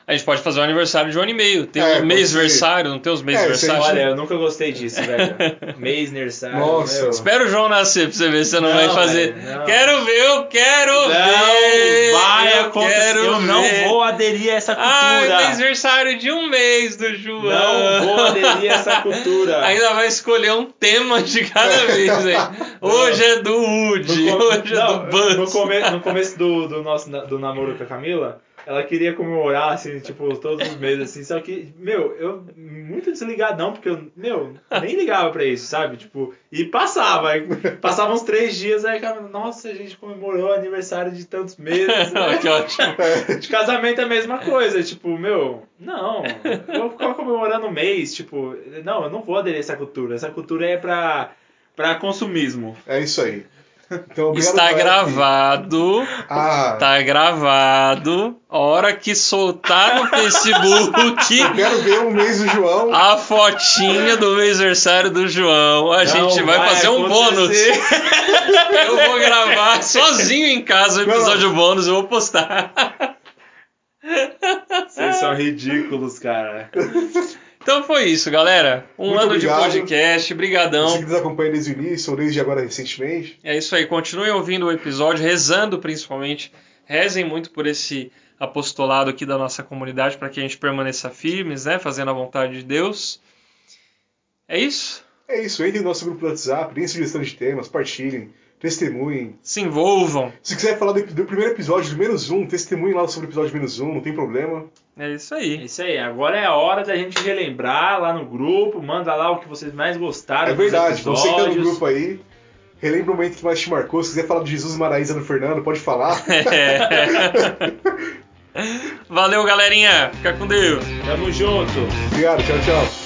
Speaker 2: a gente pode fazer um aniversário de um ano e meio. Tem
Speaker 5: É,
Speaker 2: o
Speaker 5: pode É,
Speaker 2: mês-versário, não tem os mês-versários?
Speaker 1: Olha, eu nunca gostei disso,
Speaker 2: <laughs>
Speaker 1: velho. Meisner, sabe?
Speaker 5: Nossa.
Speaker 1: meu.
Speaker 2: Espera o João nascer pra você ver se você não,
Speaker 1: Não,
Speaker 2: vai fazer.
Speaker 1: velho, não.
Speaker 2: Quero ver, eu quero
Speaker 1: Não
Speaker 2: ver!
Speaker 1: vai
Speaker 2: eu
Speaker 1: acontecer.
Speaker 2: quero
Speaker 1: Eu não
Speaker 2: ver.
Speaker 1: vou aderir a essa
Speaker 2: Ah,
Speaker 1: cultura.
Speaker 2: aniversário de um mês do João.
Speaker 1: não vou aderir a essa
Speaker 2: <laughs>
Speaker 1: cultura.
Speaker 2: Ainda vai escolher um tema de
Speaker 5: <laughs>
Speaker 2: cada vez, hein? Hoje é do Woody,
Speaker 1: No,
Speaker 2: hoje é
Speaker 1: não,
Speaker 2: do
Speaker 1: no,
Speaker 2: Buzz.
Speaker 1: come, no começo do, do nosso na- do namoro com a Camila, ela queria comemorar, assim, tipo, todos os meses, assim. Só que, meu, eu muito desligadão, porque eu, meu, nem ligava pra isso, sabe? Tipo, e passava. aí Passava uns três dias, aí, cara, nossa, a gente comemorou o aniversário de tantos meses. né?
Speaker 2: <laughs> Não, que ótimo.
Speaker 1: De casamento é a mesma coisa, tipo, meu, não, eu vou ficar comemorando um mês, tipo, não, eu não vou aderir a essa cultura, essa cultura é pra, pra consumismo.
Speaker 5: É isso aí. Então, obrigado
Speaker 2: Está tá.
Speaker 5: galera,
Speaker 2: gravado,
Speaker 5: que- Ah,
Speaker 2: está gravado. A hora que soltar no Facebook
Speaker 5: <laughs> quero ver um mês do João.
Speaker 2: a fotinha do aniversário do João, a gente vai, fazer um
Speaker 1: acontecer.
Speaker 2: bônus.
Speaker 5: <laughs>
Speaker 2: Eu vou gravar sozinho em casa o
Speaker 5: Não.
Speaker 2: episónus, bônus, eu vou postar. É.
Speaker 1: Vocês são ridículos, cara.
Speaker 2: Então foi isso, galera. Um
Speaker 5: Muito
Speaker 2: ano
Speaker 5: obrigado.
Speaker 2: de podcast,
Speaker 5: Você
Speaker 2: brigadão.
Speaker 5: que nos acompanha desde o início, ou desde agora recentemente.
Speaker 2: É isso aí, continuem ouvindo o episódio, rezando principalmente. Rezem muito por esse apostolado aqui da nossa comunidade para que a gente permaneça firmes, né, fazendo a vontade de Deus. É isso?
Speaker 5: É isso, entrem no nosso grupo do WhatsApp, deem sugestão de temas, partilhem, testemunhem.
Speaker 2: Se envolvam.
Speaker 5: Se quiser falar do, do primeiro episódio, do menos um, testemunhem lá sobre o episódio menos um, não tem problema.
Speaker 2: É isso
Speaker 1: É
Speaker 2: aí. <laughs>
Speaker 1: isso aí, agora é a hora da gente relembrar lá no grupo, manda lá o que vocês mais gostaram.
Speaker 5: É
Speaker 1: dos
Speaker 5: verdade, você que tá no
Speaker 1: episódios.
Speaker 5: grupo aí, relembra o momento que mais te marcou. Se quiser falar do Jesus e Maraísa no Fernando, pode falar.
Speaker 2: É. Valeu, galerinha. Fica com Deus.
Speaker 1: Tamo junto.
Speaker 5: Obrigado, tchau, tchau.